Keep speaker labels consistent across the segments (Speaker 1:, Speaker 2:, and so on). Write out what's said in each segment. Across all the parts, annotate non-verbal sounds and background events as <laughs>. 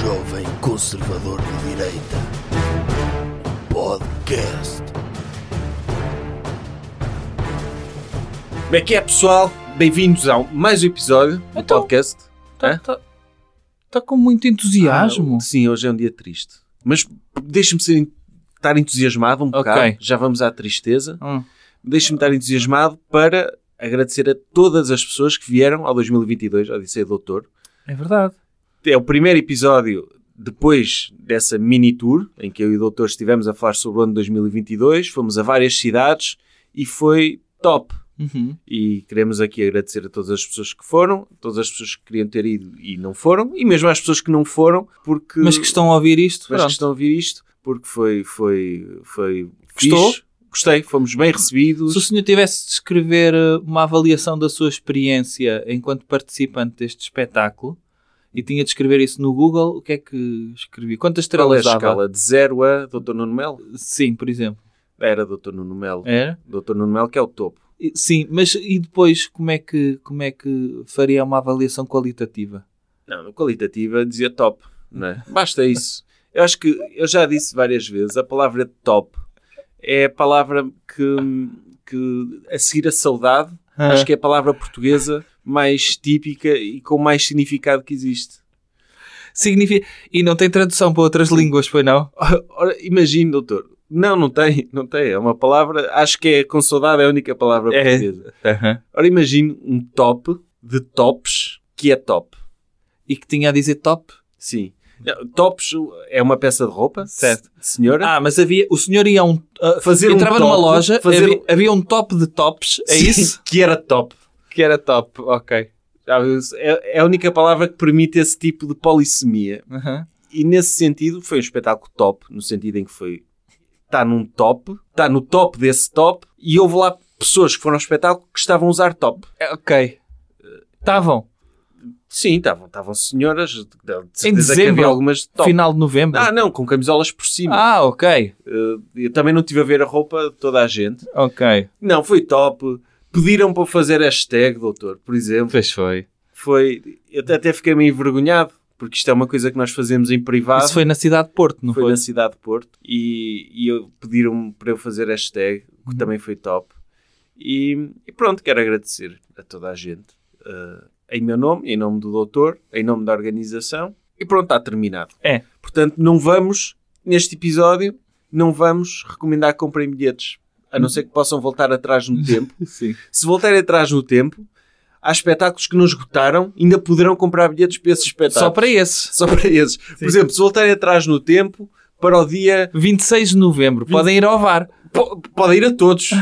Speaker 1: jovem conservador de direita. Podcast.
Speaker 2: Como é que é, pessoal? Bem-vindos a mais um episódio do
Speaker 3: Então,
Speaker 2: podcast. Hã?
Speaker 3: Está tá, com muito entusiasmo.
Speaker 2: Ah, sim, hoje é um dia triste. Mas deixa-me ser- estar entusiasmado um bocado.
Speaker 3: Ok.
Speaker 2: Já vamos à tristeza.
Speaker 3: Hum.
Speaker 2: Deixa-me estar entusiasmado para agradecer a todas as pessoas que vieram ao 2022, ao Odisseia Doutor.
Speaker 3: É verdade.
Speaker 2: É o primeiro episódio depois dessa mini tour em que eu e o Doutor estivemos a falar sobre o ano 2022. Fomos a várias cidades e foi top.
Speaker 3: Uhum.
Speaker 2: e queremos aqui agradecer a todas as pessoas que foram, todas as pessoas que queriam ter ido e não foram, e mesmo às pessoas que não foram, porque
Speaker 3: Mas que estão a ouvir isto,
Speaker 2: mas que
Speaker 3: pronto.
Speaker 2: estão a ouvir isto, porque foi foi foi
Speaker 3: Gostou?
Speaker 2: fixe. Gostei, fomos bem recebidos.
Speaker 3: Se o senhor tivesse de escrever eh, uma avaliação da sua experiência enquanto participante deste espetáculo e tinha de escrever isso no Google, o que é que escrevi? Quantas
Speaker 2: Qual é a
Speaker 3: estrelas dava?
Speaker 2: escala de 0 a Dr. Nuno Melo?
Speaker 3: Sim, por exemplo.
Speaker 2: Era Dr. Nuno Melo.
Speaker 3: Era?
Speaker 2: Dr. Nuno Melo que é o topo.
Speaker 3: E- Sim, mas e depois como é que, como é que faria uma avaliação qualitativa?
Speaker 2: Não, no qualitativa dizia top, não
Speaker 3: <laughs>
Speaker 2: é? Basta isso. Eu acho que eu já disse várias vezes, a palavra top é a palavra que, que a seguir a saudade Acho que é a palavra portuguesa mais típica e com mais significado que existe. <laughs>
Speaker 3: Significa... E não tem tradução para outras línguas, foi não?
Speaker 2: Ora, imagine, doutor. Não, não tem, não tem. É uma palavra, acho que é com saudade é a única palavra
Speaker 3: É.
Speaker 2: portuguesa. Ora, imagine um top de tops que é top.
Speaker 3: E que tinha a dizer top?
Speaker 2: Sim. Não, Tops é uma peça de roupa,
Speaker 3: Certo.
Speaker 2: se- senhora.
Speaker 3: Ah, mas havia. O senhor ia a um. a-
Speaker 2: Fazer um
Speaker 3: entrava
Speaker 2: top,
Speaker 3: numa loja,
Speaker 2: fazer
Speaker 3: havia,
Speaker 2: um-
Speaker 3: havia um top de tops, é
Speaker 2: Sim, <laughs>
Speaker 3: isso?
Speaker 2: Que era top.
Speaker 3: <laughs> Que era top, ok.
Speaker 2: Já viu? É é a única palavra que permite esse tipo de polissemia.
Speaker 3: Aham.
Speaker 2: E nesse sentido foi um espetáculo top, no sentido em que foi está num top, está no top desse top, e houve lá pessoas que foram ao espetáculo que estavam a usar top.
Speaker 3: É, Ok. Estavam.
Speaker 2: Sim, estavam, estavam senhoras, de de
Speaker 3: Em
Speaker 2: certeza que
Speaker 3: dezembro,
Speaker 2: havia algumas de top.
Speaker 3: Final de novembro.
Speaker 2: Ah, não, com camisolas por cima.
Speaker 3: Ah, ok.
Speaker 2: Eh, eu também não tive a ver a roupa de toda a gente.
Speaker 3: Ok.
Speaker 2: Não, foi top. Pediram para fazer hashtag, doutor, por exemplo.
Speaker 3: Pois foi.
Speaker 2: Foi. Eu até fiquei meio envergonhado, porque isto é uma coisa que nós fazemos em privado.
Speaker 3: Isso foi na cidade de Porto, não
Speaker 2: foi,
Speaker 3: foi?
Speaker 2: na cidade de Porto e, e eu- pediram-me para eu fazer hashtag, que
Speaker 3: Uhum.
Speaker 2: também foi top. E, e pronto, quero agradecer a toda a gente, eh, em meu nome, em nome do doutor, em nome da organização. E pronto, está terminado.
Speaker 3: É.
Speaker 2: Portanto, não vamos, neste episódio, não vamos recomendar que comprem bilhetes. A não ser que possam voltar atrás no
Speaker 3: <laughs>
Speaker 2: tempo.
Speaker 3: Sim.
Speaker 2: Se voltarem atrás no tempo, há espetáculos que não esgotaram, ainda poderão comprar bilhetes para esses espetáculos.
Speaker 3: Só para esse.
Speaker 2: <laughs> Só para esses. Por exemplo, se voltarem atrás no tempo, para o dia.
Speaker 3: 26 de novembro. Podem ir ao VAR.
Speaker 2: po- Podem ir a todos.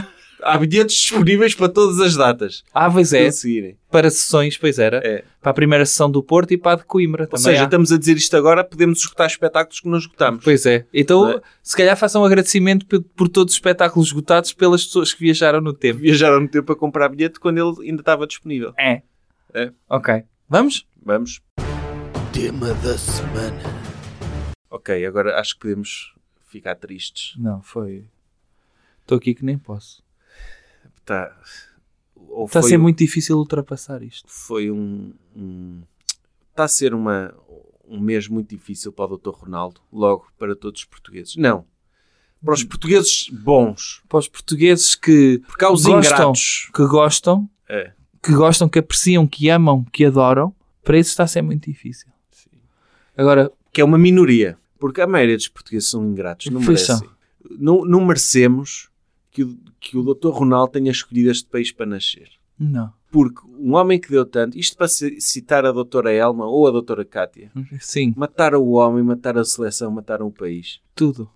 Speaker 2: Há bilhetes disponíveis para todas as datas.
Speaker 3: Ah, pois
Speaker 2: que
Speaker 3: é.
Speaker 2: a seguirem.
Speaker 3: Para sessões, pois era.
Speaker 2: É.
Speaker 3: Para a primeira sessão do Porto e para a de Coimbra
Speaker 2: Ou
Speaker 3: também.
Speaker 2: seja,
Speaker 3: há.
Speaker 2: estamos a dizer isto agora, podemos esgotar espetáculos que não <laughs> esgotámos.
Speaker 3: Pois é. Então,
Speaker 2: Não é?
Speaker 3: se calhar façam um agradecimento pe- por todos os espetáculos esgotados pelas pessoas que viajaram no tempo.
Speaker 2: Viajaram no tempo para comprar bilhete quando ele ainda estava disponível.
Speaker 3: É.
Speaker 2: É.
Speaker 3: Ok. Vamos?
Speaker 2: Vamos.
Speaker 1: Tema da semana.
Speaker 2: Ok, agora acho que podemos ficar tristes.
Speaker 3: Não, foi. Estou aqui que nem posso.
Speaker 2: Está. Tá. Ou
Speaker 3: Está a
Speaker 2: foi-
Speaker 3: ser muito difícil ultrapassar isto.
Speaker 2: Foi um. um- Está a ser uma, um mês muito difícil para o Dr. Ronaldo, logo para todos os portugueses. Não. Para os portugueses bons.
Speaker 3: Para os portugueses que,
Speaker 2: Porque há os
Speaker 3: Gostam.
Speaker 2: ingratos.
Speaker 3: que gostam,
Speaker 2: É.
Speaker 3: que gostam, que apreciam, que amam, que adoram, para isso está a ser muito difícil. Agora,
Speaker 2: Que é uma minoria. Porque a maioria dos portugueses são ingratos. Não
Speaker 3: Pois são.
Speaker 2: merecem. Não, não merecemos que o, que o Dr. Ronaldo tenha escolhido este país para nascer.
Speaker 3: não.
Speaker 2: Porque um homem que deu tanto. Isto para ci- citar a Doutora Elma ou a Doutora Cátia.
Speaker 3: Sim,
Speaker 2: Mataram o homem, mataram a seleção, mataram o país.
Speaker 3: tudo.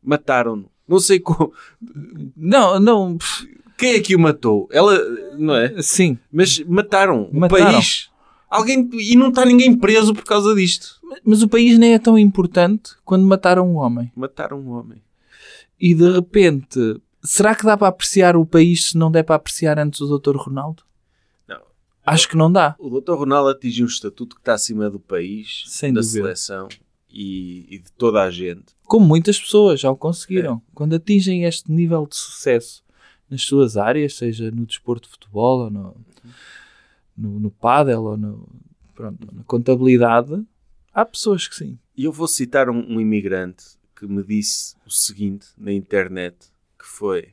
Speaker 2: Mataram-no. Não sei como. Hum.
Speaker 3: Não, não. pff,
Speaker 2: Quem é que o matou? Ela, não é?
Speaker 3: Sim.
Speaker 2: Mas mataram, o
Speaker 3: Mataram.
Speaker 2: país. Alguém, e não está ninguém preso por causa disto.
Speaker 3: Mas o país nem é tão importante quando mataram um homem.
Speaker 2: Mataram um homem.
Speaker 3: e de repente, será que dá para apreciar o país se não der para apreciar antes o Dr. Ronaldo?
Speaker 2: Não.
Speaker 3: Acho que não dá.
Speaker 2: O Dr. Ronaldo atingiu um estatuto que está acima do país,
Speaker 3: Sem
Speaker 2: da
Speaker 3: dúvida.
Speaker 2: seleção e, e de toda a gente.
Speaker 3: Como muitas pessoas já o conseguiram. Quando atingem este nível de sucesso nas suas áreas, seja no desporto de futebol ou no, no, no pádel ou no, pronto, na contabilidade, há pessoas que sim.
Speaker 2: E eu vou citar um, um imigrante que me disse o seguinte na internet, que foi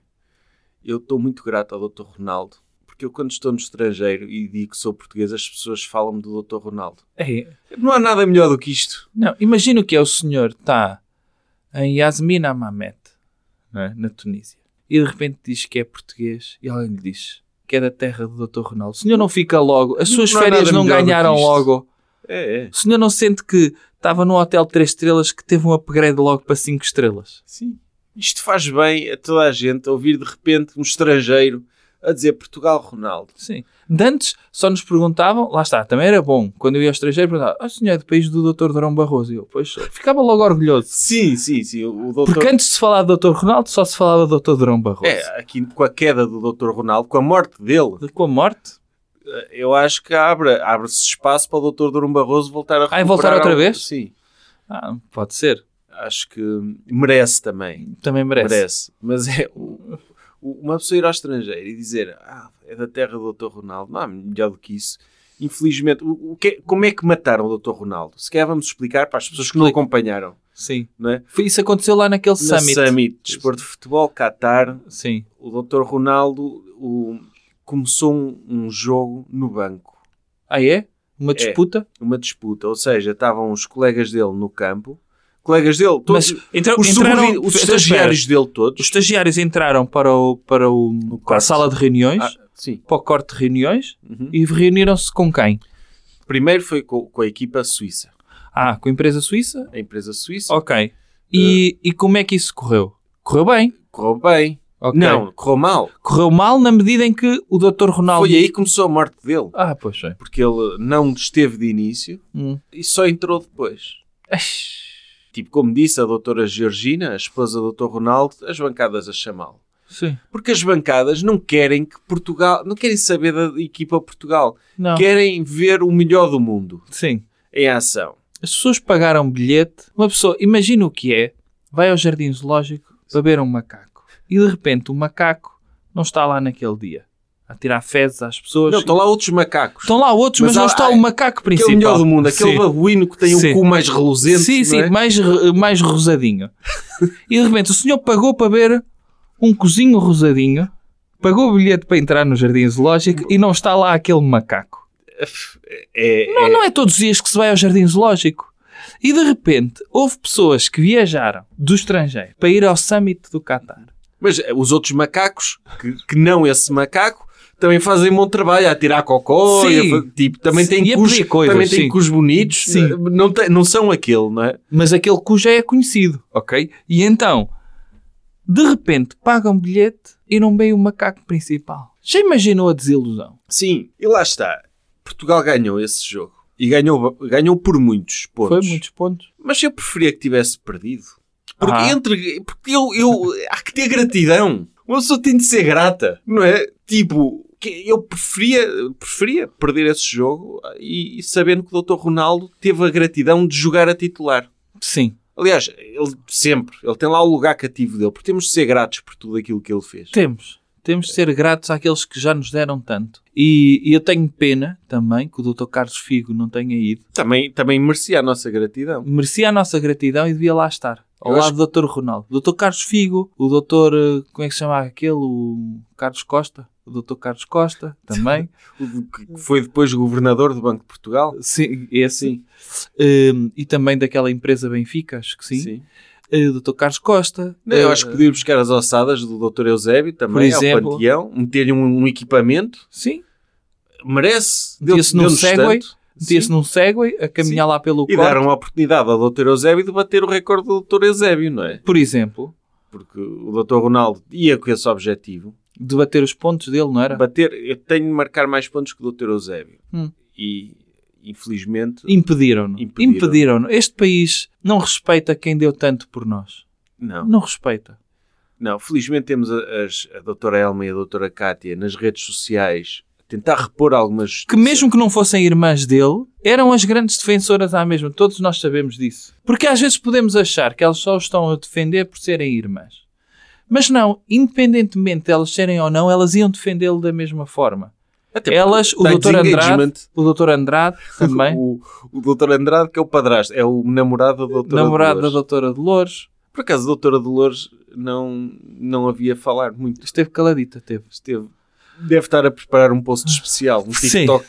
Speaker 2: eu estou muito grato ao Dr. Ronaldo, porque eu quando estou no estrangeiro e digo que sou português, as pessoas falam-me do Dr. Ronaldo.
Speaker 3: É.
Speaker 2: Não há nada melhor do que isto.
Speaker 3: Não, imagina o que é o senhor está em Yasmin Amamet, não é? na Tunísia, e de repente diz que é português e alguém lhe diz que é da terra do Dr. Ronaldo. O senhor não fica logo, as suas
Speaker 2: Não há
Speaker 3: férias
Speaker 2: nada
Speaker 3: não
Speaker 2: melhor do que
Speaker 3: ganharam
Speaker 2: isto.
Speaker 3: logo.
Speaker 2: É, é.
Speaker 3: O senhor não sente que estava num hotel de 3 estrelas que teve um upgrade logo para 5 estrelas?
Speaker 2: Sim. Isto faz bem a toda a gente ouvir de repente um estrangeiro a dizer Portugal Ronaldo.
Speaker 3: Sim. De antes só nos perguntavam, lá está, também era bom. Quando eu ia ao estrangeiro, perguntava, ah, o senhor é do país do Dr. Durão Barroso. E eu, pois, sou." ficava logo orgulhoso.
Speaker 2: Sim, sim, sim. O o Dr.
Speaker 3: Porque antes de se falar do Dr. Ronaldo, só se falava do Dr. Durão Barroso.
Speaker 2: É, aqui com a queda do Dr. Ronaldo, com a morte dele,
Speaker 3: Com a morte?
Speaker 2: eu acho que abre- abre-se espaço para o Dr. Durão Barroso voltar a
Speaker 3: Ah, e voltar
Speaker 2: recuperar
Speaker 3: outra
Speaker 2: algo-
Speaker 3: vez?
Speaker 2: Sim.
Speaker 3: Ah, pode ser.
Speaker 2: Acho que merece também.
Speaker 3: Também merece.
Speaker 2: merece. Mas é
Speaker 3: <laughs>
Speaker 2: o- o- uma pessoa ir ao estrangeiro e dizer ah, é da terra do Dr. Ronaldo, não há melhor do que isso. Infelizmente, o, o que é- como é que mataram o Dr. Ronaldo? Se calhar vamos explicar para as pessoas que não
Speaker 3: Explica.
Speaker 2: acompanharam.
Speaker 3: Sim.
Speaker 2: Não é?
Speaker 3: Foi- Isso aconteceu lá naquele
Speaker 2: Na
Speaker 3: summit.
Speaker 2: Summit, Desporto de Futebol, Qatar,
Speaker 3: Sim.
Speaker 2: o Dr. Ronaldo o- começou um, um jogo no banco,
Speaker 3: Ah, é? Uma disputa?
Speaker 2: uma disputa. Ou seja, estavam os colegas dele no campo, colegas dele, todos,
Speaker 3: Mas entra-
Speaker 2: os,
Speaker 3: entraram-
Speaker 2: subordi- os
Speaker 3: Então, espera.
Speaker 2: estagiários dele
Speaker 3: Os
Speaker 2: todos.
Speaker 3: estagiários entraram para, o, para, o, para a
Speaker 2: quarto.
Speaker 3: sala de reuniões,
Speaker 2: Ah, sim.
Speaker 3: para o corte de reuniões,
Speaker 2: Uhum.
Speaker 3: e reuniram-se com quem?
Speaker 2: Primeiro foi co- com, a equipa suíça,
Speaker 3: Ah, com a empresa suíça?
Speaker 2: a empresa suíça.
Speaker 3: Ok.
Speaker 2: Eh.
Speaker 3: E, e como é que isso correu? Correu bem.
Speaker 2: Correu bem.
Speaker 3: ok.
Speaker 2: Não, correu mal.
Speaker 3: Correu mal na medida em que o Dr. Ronaldo...
Speaker 2: Foi aí que começou a morte dele,
Speaker 3: Ah, pois é.
Speaker 2: porque ele não esteve de início
Speaker 3: Hum.
Speaker 2: e só entrou depois. Tipo, como disse a doutora Georgina, a esposa do Dr. Ronaldo, as bancadas a chamá-lo.
Speaker 3: Sim.
Speaker 2: Porque as bancadas não querem que Portugal, não querem saber da equipa Portugal,
Speaker 3: Não.
Speaker 2: querem ver o melhor do mundo
Speaker 3: Sim.
Speaker 2: em ação.
Speaker 3: As pessoas pagaram um bilhete. Uma pessoa, imagina o que é, vai ao jardim zoológico beber um macaco. E de repente o macaco não está lá naquele dia. A tirar fezes às pessoas.
Speaker 2: Não, estão lá outros macacos.
Speaker 3: Estão lá outros, mas,
Speaker 2: Mas
Speaker 3: não
Speaker 2: há-
Speaker 3: está
Speaker 2: há-
Speaker 3: o macaco principal.
Speaker 2: Aquele melhor do mundo, aquele
Speaker 3: Sim.
Speaker 2: babuíno que tem
Speaker 3: Sim.
Speaker 2: o cu mais reluzente.
Speaker 3: Sim,
Speaker 2: não
Speaker 3: sim,
Speaker 2: é?
Speaker 3: mais, re- mais
Speaker 2: <laughs>
Speaker 3: rosadinho. e de repente o senhor pagou para ver um cozinho rosadinho, pagou o bilhete para entrar no jardim zoológico e não está lá aquele macaco.
Speaker 2: É-
Speaker 3: Não, não é todos os dias que se vai ao jardim zoológico. E de repente, houve pessoas que viajaram do estrangeiro para ir ao summit do Qatar.
Speaker 2: Mas eh, os outros macacos, que, que não esse macaco, também fazem bom trabalho a tirar cocó,
Speaker 3: Sim.
Speaker 2: e a fa- tipo, também
Speaker 3: Sim, e
Speaker 2: têm
Speaker 3: a
Speaker 2: cus,
Speaker 3: pedir coisas,
Speaker 2: também têm
Speaker 3: sim.
Speaker 2: cus bonitos,
Speaker 3: Sim.
Speaker 2: eh, Não, tem- não são aquele, não é?
Speaker 3: Mas aquele cu já é conhecido, ok? E então, de repente, pagam bilhete e não veem o macaco principal. Já imaginou a desilusão?
Speaker 2: Sim, e lá está. Portugal ganhou esse jogo. E ganhou, ganhou por muitos pontos.
Speaker 3: Foi muitos pontos.
Speaker 2: Mas eu preferia que tivesse perdido. Porque
Speaker 3: Ah.
Speaker 2: entre. Porque eu, eu. <laughs> Há que ter gratidão. Uma pessoa tem de ser grata, não é? Tipo, que eu preferia, preferia perder esse jogo e, e sabendo que o Dr. Ronaldo teve a gratidão de jogar a titular.
Speaker 3: Sim.
Speaker 2: Aliás, ele sempre, ele tem lá o lugar cativo dele, porque temos de ser gratos por tudo aquilo que ele fez.
Speaker 3: Temos. Temos de ser gratos àqueles que já nos deram tanto. E, e eu tenho pena também que o Dr. Carlos Figo não tenha ido.
Speaker 2: Também, também merecia a nossa gratidão.
Speaker 3: merecia a nossa gratidão e devia lá estar. Ao
Speaker 2: Eu
Speaker 3: lado do Dr. Ronaldo. O Dr. Carlos Figo, o Dr. eh, Como é que se chama aquele? O Carlos Costa. O Dr. Carlos Costa
Speaker 2: <laughs>
Speaker 3: também.
Speaker 2: O que Foi depois governador do Banco de Portugal.
Speaker 3: Sim, esse. Hum, e também daquela empresa Benfica, acho que sim. Eh, o Dr. Carlos Costa.
Speaker 2: Não, eu
Speaker 3: Eh,
Speaker 2: acho que podia ir buscar as ossadas do Dr. Eusébio
Speaker 3: Por
Speaker 2: também
Speaker 3: exemplo.
Speaker 2: ao panteão, meter-lhe um, um equipamento,
Speaker 3: Sim.
Speaker 2: merece.
Speaker 3: Metia-se num
Speaker 2: deu-nos
Speaker 3: Segway,
Speaker 2: tanto.
Speaker 3: metia-se
Speaker 2: Sim.
Speaker 3: num Segway a caminhar lá pelo
Speaker 2: E
Speaker 3: corte,
Speaker 2: deram a oportunidade ao Dr. Eusébio de bater o recorde do Dr. Eusébio, não é?
Speaker 3: por exemplo,
Speaker 2: Porque o Dr. Ronaldo ia com esse objetivo.
Speaker 3: de bater os pontos dele, não era?
Speaker 2: Bater, eu tenho de marcar mais pontos que o Dr. Eusébio.
Speaker 3: Hum.
Speaker 2: E, infelizmente,
Speaker 3: Impediram-no.
Speaker 2: Impediram.
Speaker 3: Impediram-no. Este país não respeita quem deu tanto por nós.
Speaker 2: não.
Speaker 3: Não respeita.
Speaker 2: Não, felizmente temos a, as, a Dra. Elma e a Dra. Cátia nas redes sociais a tentar repor algumas
Speaker 3: que mesmo que não fossem irmãs dele, eram as grandes defensoras à mesma. Todos nós sabemos disso. Porque às vezes podemos achar que elas só os estão a defender por serem irmãs. Mas não, independentemente de elas serem ou não, elas iam defendê-lo da mesma forma.
Speaker 2: Até
Speaker 3: Elas, o
Speaker 2: porque
Speaker 3: Dr.
Speaker 2: está em
Speaker 3: Andrade,
Speaker 2: engagement.
Speaker 3: o Dr. Andrade também,
Speaker 2: <laughs> O, o doutor Andrade, que é o padrasto, é o namorado da doutora
Speaker 3: namorado da
Speaker 2: Dolores.
Speaker 3: Doutora Dolores,
Speaker 2: Por acaso, a doutora Dolores não, não havia falar muito.
Speaker 3: esteve caladita, teve.
Speaker 2: Esteve. Deve estar a preparar um post especial, um
Speaker 3: Sim. é.
Speaker 2: TikTok,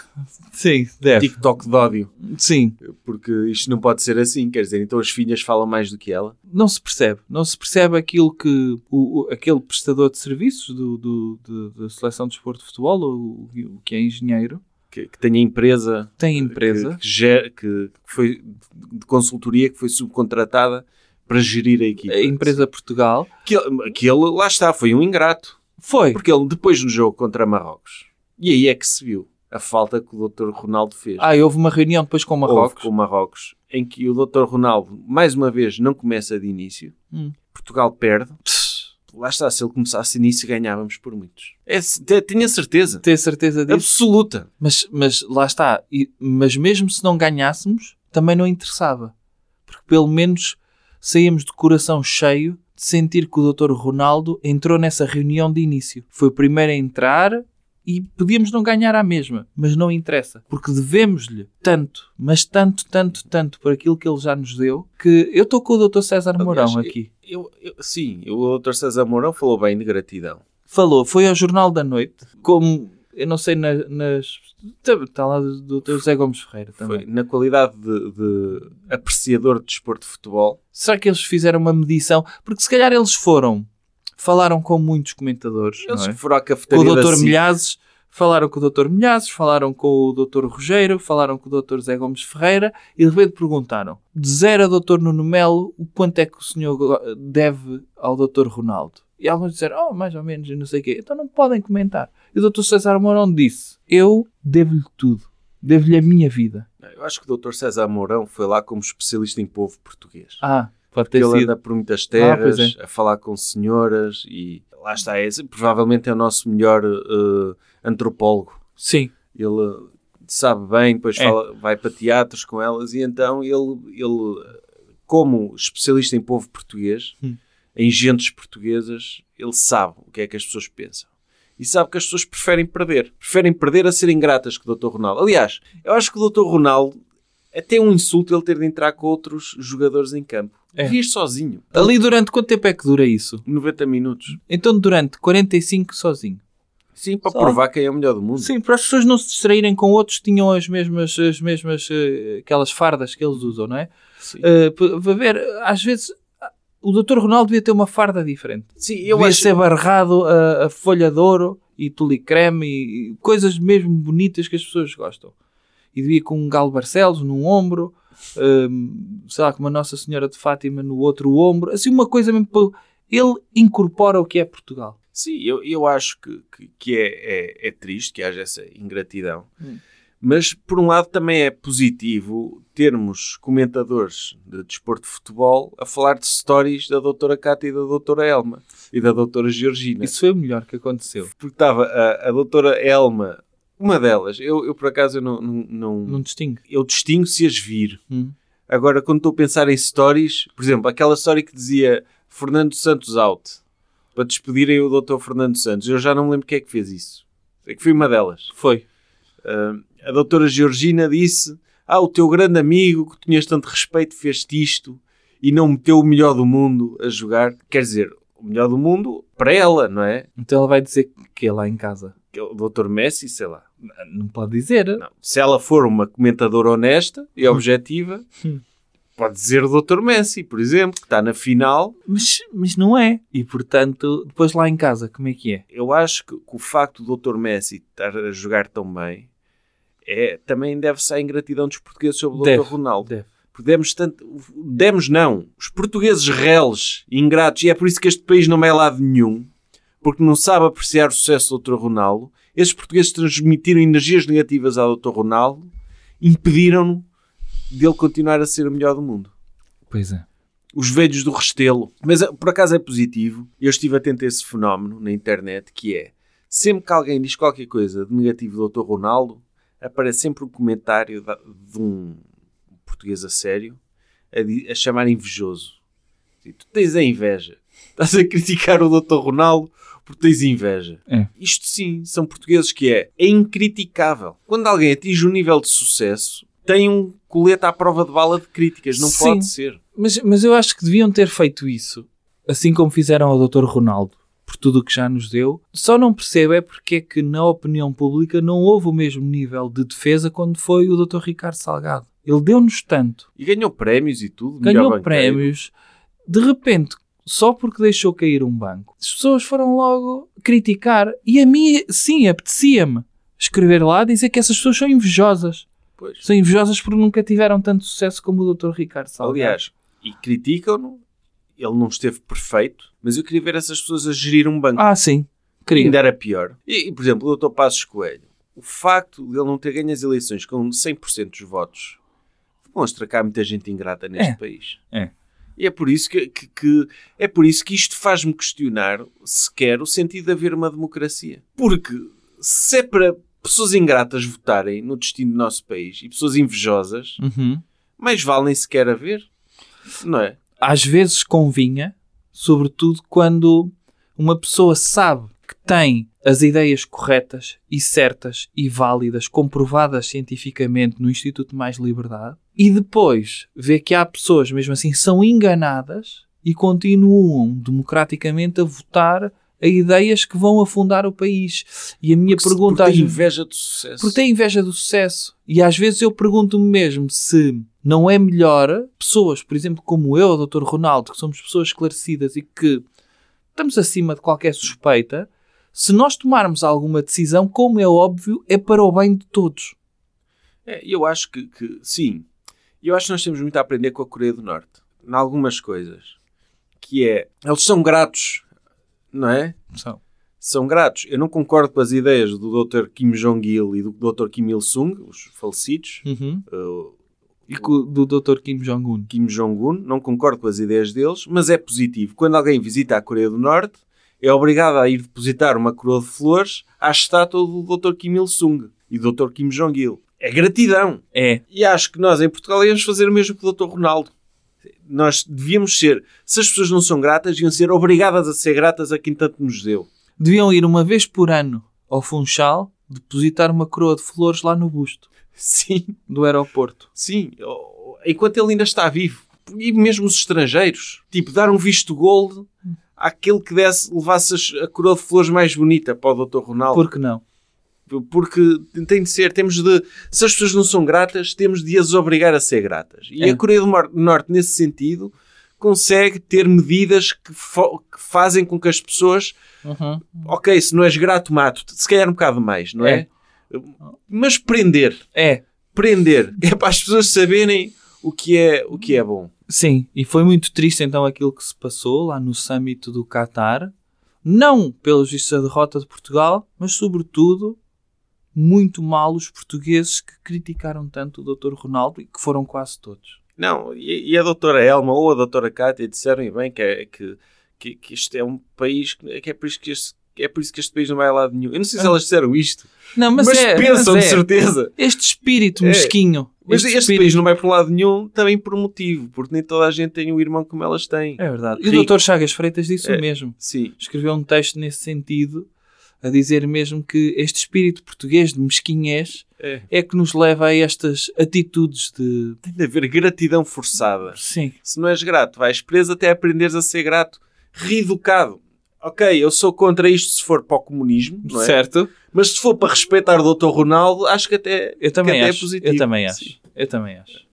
Speaker 3: Sim, deve.
Speaker 2: TikTok de ódio.
Speaker 3: Sim.
Speaker 2: Porque isto não pode ser assim, quer dizer, então as filhas falam mais do que ela.
Speaker 3: Não se percebe. Não se percebe aquilo que o, o- aquele prestador de serviços do, do- do- da seleção de esporte de futebol, o, o que é engenheiro,
Speaker 2: Que, que tenha empresa,
Speaker 3: tem empresa.
Speaker 2: Que, que ger- que- que foi de consultoria que foi subcontratada para gerir a equipa.
Speaker 3: a empresa Portugal
Speaker 2: Que, ele- que ele, lá está, foi um ingrato.
Speaker 3: foi
Speaker 2: Porque ele, depois no jogo contra Marrocos, e aí é que se viu a falta que o Dr. Ronaldo fez.
Speaker 3: ah, e houve uma reunião depois com o
Speaker 2: Houve
Speaker 3: Marrocos
Speaker 2: com o Marrocos, em que o Dr. Ronaldo, mais uma vez, não começa de início.
Speaker 3: Hum.
Speaker 2: Portugal perde. Lá está, se ele começasse de início, ganhávamos por muitos. É, te- tinha certeza.
Speaker 3: ter certeza disso
Speaker 2: Absoluta.
Speaker 3: mas, mas lá está E- mas mesmo se não ganhássemos também não interessava porque pelo menos saímos de coração cheio de sentir que o Dr. Ronaldo entrou nessa reunião de início foi o primeiro a entrar e podíamos não ganhar à mesma, mas não interessa, porque devemos-lhe tanto, mas tanto, tanto, tanto por aquilo que ele já nos deu, que eu estou com o Dr. César Mourão
Speaker 2: eu-
Speaker 3: aqui.
Speaker 2: Eu, eu- sim, o Dr. César Mourão falou bem de gratidão.
Speaker 3: falou, foi ao Jornal da Noite, como, eu não sei, na- nas... Está lá do doutor José Gomes Ferreira também.
Speaker 2: Foi na qualidade de, de apreciador de desporto de futebol.
Speaker 3: Será que eles fizeram uma medição? Porque se calhar eles foram, falaram com muitos comentadores,
Speaker 2: Eles assim.
Speaker 3: não é?
Speaker 2: foram à
Speaker 3: Com o
Speaker 2: cafetaria da
Speaker 3: doutor
Speaker 2: SIC.
Speaker 3: Milhazes, falaram com o doutor Milhazes, falaram com o doutor Rogério, falaram com o doutor José Gomes Ferreira e de repente perguntaram, de zero a doutor Nuno Melo, o quanto é que o senhor go- deve ao doutor Ronaldo? E alguns disseram, oh, mais ou menos, e não sei o quê. Então não podem comentar. E o doutor César Mourão disse, eu devo-lhe tudo. Devo-lhe a minha vida.
Speaker 2: Eu acho que o Dr. César Mourão foi lá como especialista em povo português.
Speaker 3: Ah, pode ter
Speaker 2: Porque ele
Speaker 3: sido.
Speaker 2: anda por muitas
Speaker 3: pois
Speaker 2: terras,
Speaker 3: é.
Speaker 2: a falar com senhoras e lá está. É, provavelmente é o nosso melhor eh, antropólogo.
Speaker 3: Sim.
Speaker 2: Ele sabe bem, depois
Speaker 3: É.
Speaker 2: fala- vai para teatros com elas e então ele, ele como especialista em povo português,
Speaker 3: Hum.
Speaker 2: em gentes portuguesas, ele sabe o que é que as pessoas pensam. E sabe que as pessoas preferem perder. Preferem perder a serem gratas que o Dr. Ronaldo. Aliás, eu acho que o Dr. Ronaldo até é um insulto ele ter de entrar com outros jogadores em campo.
Speaker 3: É.
Speaker 2: Vias sozinho.
Speaker 3: Ali durante quanto tempo é que dura isso?
Speaker 2: 90 minutos.
Speaker 3: Então durante 45 sozinho.
Speaker 2: Sim, para
Speaker 3: Só.
Speaker 2: provar quem é o melhor do mundo.
Speaker 3: Sim, para as pessoas não se distraírem com outros, tinham as mesmas, as mesmas eh, aquelas fardas que eles usam, não é?
Speaker 2: Sim.
Speaker 3: Eh, p- Para ver, às vezes ah, o Dr. Ronaldo devia ter uma farda diferente.
Speaker 2: Sim,
Speaker 3: Eu
Speaker 2: eu
Speaker 3: devia
Speaker 2: acho...
Speaker 3: ser barrado a, a folha de ouro e tulicreme e, e coisas mesmo bonitas que as pessoas gostam. E devia com um galo Barcelos num ombro, hum, sei lá, com uma Nossa Senhora de Fátima no outro ombro, assim uma coisa mesmo. para- Ele incorpora o que é Portugal.
Speaker 2: Sim, eu, eu acho que, que, que é, é, é triste que haja essa ingratidão.
Speaker 3: Hum.
Speaker 2: Mas, por um lado, também é positivo termos comentadores de desporto de futebol a falar de stories da doutora Cátia e da doutora Elma e da doutora Georgina.
Speaker 3: Isso foi o melhor que aconteceu.
Speaker 2: Porque estava a, a doutora Elma, uma delas, eu, eu por acaso eu não, não, não-
Speaker 3: Não distingue.
Speaker 2: eu distingo se as vir.
Speaker 3: Hum.
Speaker 2: Agora, quando estou a pensar em stories, por exemplo, aquela story que dizia Fernando Santos out, para despedirem o Dr. Fernando Santos, eu já não me lembro quem é que fez isso. Sei que foi uma delas.
Speaker 3: Foi.
Speaker 2: A doutora Georgina disse: Ah, o teu grande amigo que tinhas tanto respeito fez-te isto e não meteu o melhor do mundo a jogar. Quer dizer, o melhor do mundo para ela, não é?
Speaker 3: Então ela vai dizer que é lá em casa. Ah,
Speaker 2: Que é O Dr. Messi, sei lá.
Speaker 3: Não pode dizer.
Speaker 2: Não. Se ela for uma comentadora honesta e objetiva,
Speaker 3: Hum.
Speaker 2: pode dizer o Dr. Messi, por exemplo, que está na final
Speaker 3: Mas, mas não é. E portanto, depois lá em casa, como é que é?
Speaker 2: eu acho que, que o facto do Dr. Messi estar a jogar tão bem é, também deve-se à ingratidão dos portugueses sobre o
Speaker 3: Deve,
Speaker 2: Dr. Ronaldo.
Speaker 3: deve.
Speaker 2: Porque demos tanto. Demos não. Os portugueses reles, ingratos, e é por isso que este país não vai a lado nenhum, porque não sabe apreciar o sucesso do Dr. Ronaldo. Esses portugueses transmitiram energias negativas ao Dr. Ronaldo, impediram-no dele continuar a ser o melhor do mundo
Speaker 3: Pois é.
Speaker 2: os velhos do Restelo. Mas ah, por acaso é positivo. Eu estive atento a esse fenómeno na internet que é sempre que alguém diz qualquer coisa de negativo do Dr. Ronaldo, aparece sempre um comentário da- de um português a sério a, di- a Tipo, <laughs> chamar invejoso. E tu tens a inveja. Estás a criticar o Dr. Ronaldo porque tens inveja.
Speaker 3: É.
Speaker 2: Isto sim, são portugueses que é, é incriticável. Quando alguém atinge um nível de sucesso, tem um colete à prova de bala de críticas. Não
Speaker 3: Sim.
Speaker 2: pode ser.
Speaker 3: Mas, mas eu acho que deviam ter feito isso, assim como fizeram ao Dr. Ronaldo, por tudo o que já nos deu. Só não percebo é porque é que na opinião pública não houve o mesmo nível de defesa quando foi o Dr. Ricardo Salgado. Ele deu-nos tanto,
Speaker 2: E ganhou prémios e tudo. melhor
Speaker 3: ganhou
Speaker 2: banqueiro.
Speaker 3: prémios, de repente, só porque deixou cair um banco. As pessoas foram logo criticar e a mim, sim, apetecia-me escrever lá dizer que essas pessoas são invejosas.
Speaker 2: Pois.
Speaker 3: São invejosas porque nunca tiveram tanto sucesso como o Dr. Ricardo Salgado.
Speaker 2: Aliás, e criticam-no. Ele não esteve perfeito, mas eu queria ver essas pessoas a gerir um banco.
Speaker 3: Ah, sim. Queria.
Speaker 2: Ainda era pior. E, e, por exemplo, o Dr. Passos Coelho, o facto de ele não ter ganho as eleições com 100% dos votos demonstra que há muita gente ingrata neste
Speaker 3: É.
Speaker 2: país.
Speaker 3: É.
Speaker 2: E é por isso que, que- que- é por isso que isto faz-me questionar sequer o sentido de haver uma democracia. Porque se é para pessoas ingratas votarem no destino do nosso país e pessoas invejosas,
Speaker 3: Uhum.
Speaker 2: mais vale nem sequer haver. Não é?
Speaker 3: às vezes convinha, sobretudo quando uma pessoa sabe que tem as ideias corretas e certas e válidas, comprovadas cientificamente no Instituto de Mais Liberdade, e depois vê que há pessoas, mesmo assim, são enganadas e continuam democraticamente a votar a ideias que vão afundar o país. E a minha pergunta
Speaker 2: Porque
Speaker 3: às
Speaker 2: tem inveja do sucesso.
Speaker 3: porque tem inveja do sucesso. E às vezes eu pergunto-me mesmo se não é melhor pessoas, por exemplo, como eu, o Dr. Ronaldo, que somos pessoas esclarecidas e que estamos acima de qualquer suspeita, se nós tomarmos alguma decisão, como é óbvio, é para o bem de todos.
Speaker 2: É, eu acho que, que sim. Eu acho que nós temos muito a aprender com a Coreia do Norte. Em algumas coisas. Que é, eles são gratos, não é?
Speaker 3: São.
Speaker 2: São gratos. Eu não concordo com as ideias do Dr. Kim Jong-il e do Dr. Kim Il-sung, os falecidos. Uh,
Speaker 3: Uhum. E co- do Dr. Kim Jong-un.
Speaker 2: Kim Jong-un, não concordo com as ideias deles, mas é positivo. Quando alguém visita a Coreia do Norte, é obrigado a ir depositar uma coroa de flores à estátua do Dr. Kim Il-sung e do Dr. Kim Jong-il. É gratidão.
Speaker 3: É.
Speaker 2: E acho que nós em Portugal íamos fazer o mesmo que o Dr. Ronaldo. Nós devíamos ser, se as pessoas não são gratas, iam ser obrigadas a ser gratas a quem tanto nos deu. <laughs>
Speaker 3: Deviam ir uma vez por ano ao Funchal depositar uma coroa de flores lá no busto
Speaker 2: Sim,
Speaker 3: do aeroporto.
Speaker 2: sim. Oh, Enquanto ele ainda está vivo. E mesmo os estrangeiros. Tipo, dar um visto gold àquele que desse, levasse as- a coroa de flores mais bonita para o Dr. Ronaldo.
Speaker 3: Por que não?
Speaker 2: porque tem de ser, temos de, se as pessoas não são gratas, temos de as obrigar a ser gratas. E
Speaker 3: É.
Speaker 2: a Coreia do Mor- Norte, nesse sentido, consegue ter medidas que, fo- que fazem com que as pessoas,
Speaker 3: Uhum.
Speaker 2: ok, se não és grato, mato-te, se calhar um bocado mais, não é? Mas prender,
Speaker 3: É,
Speaker 2: prender, <laughs> é para as pessoas saberem o que é, o que é bom.
Speaker 3: Sim, e foi muito triste então aquilo que se passou lá no summit do Qatar. Não pelos vistos da derrota de Portugal, mas sobretudo muito mal os portugueses que criticaram tanto o Dr. Ronaldo e que foram quase todos.
Speaker 2: Não, e, e a doutora Elma ou a doutora Cátia disseram e bem que, é- que, que, que este é um país, que que é por isso que este, que é por isso que este país não vai a lado nenhum. Eu não sei se elas disseram isto,
Speaker 3: Não, mas,
Speaker 2: mas,
Speaker 3: é,
Speaker 2: pensam
Speaker 3: mas
Speaker 2: de
Speaker 3: é.
Speaker 2: certeza.
Speaker 3: este espírito
Speaker 2: É.
Speaker 3: mesquinho.
Speaker 2: Mas este,
Speaker 3: espírito-
Speaker 2: país não vai para lado nenhum também por um motivo, porque nem toda a gente tem um irmão como elas têm.
Speaker 3: É verdade. E o
Speaker 2: Rico.
Speaker 3: Dr. Chagas Freitas disse
Speaker 2: É.
Speaker 3: o mesmo.
Speaker 2: Sim.
Speaker 3: escreveu um texto nesse sentido, a dizer mesmo que este espírito português de mesquinhez
Speaker 2: É.
Speaker 3: é que nos leva a estas atitudes de.
Speaker 2: Tem de haver gratidão forçada.
Speaker 3: Sim.
Speaker 2: Se não és grato, vais preso até aprenderes a ser grato. Reeducado. Ok, eu sou contra isto se for para o comunismo, não é?
Speaker 3: Certo?
Speaker 2: Mas se for para respeitar o Dr. Ronaldo, acho que até,
Speaker 3: Eu também
Speaker 2: que até
Speaker 3: acho.
Speaker 2: é positivo.
Speaker 3: Eu também
Speaker 2: Sim.
Speaker 3: acho. Eu também acho.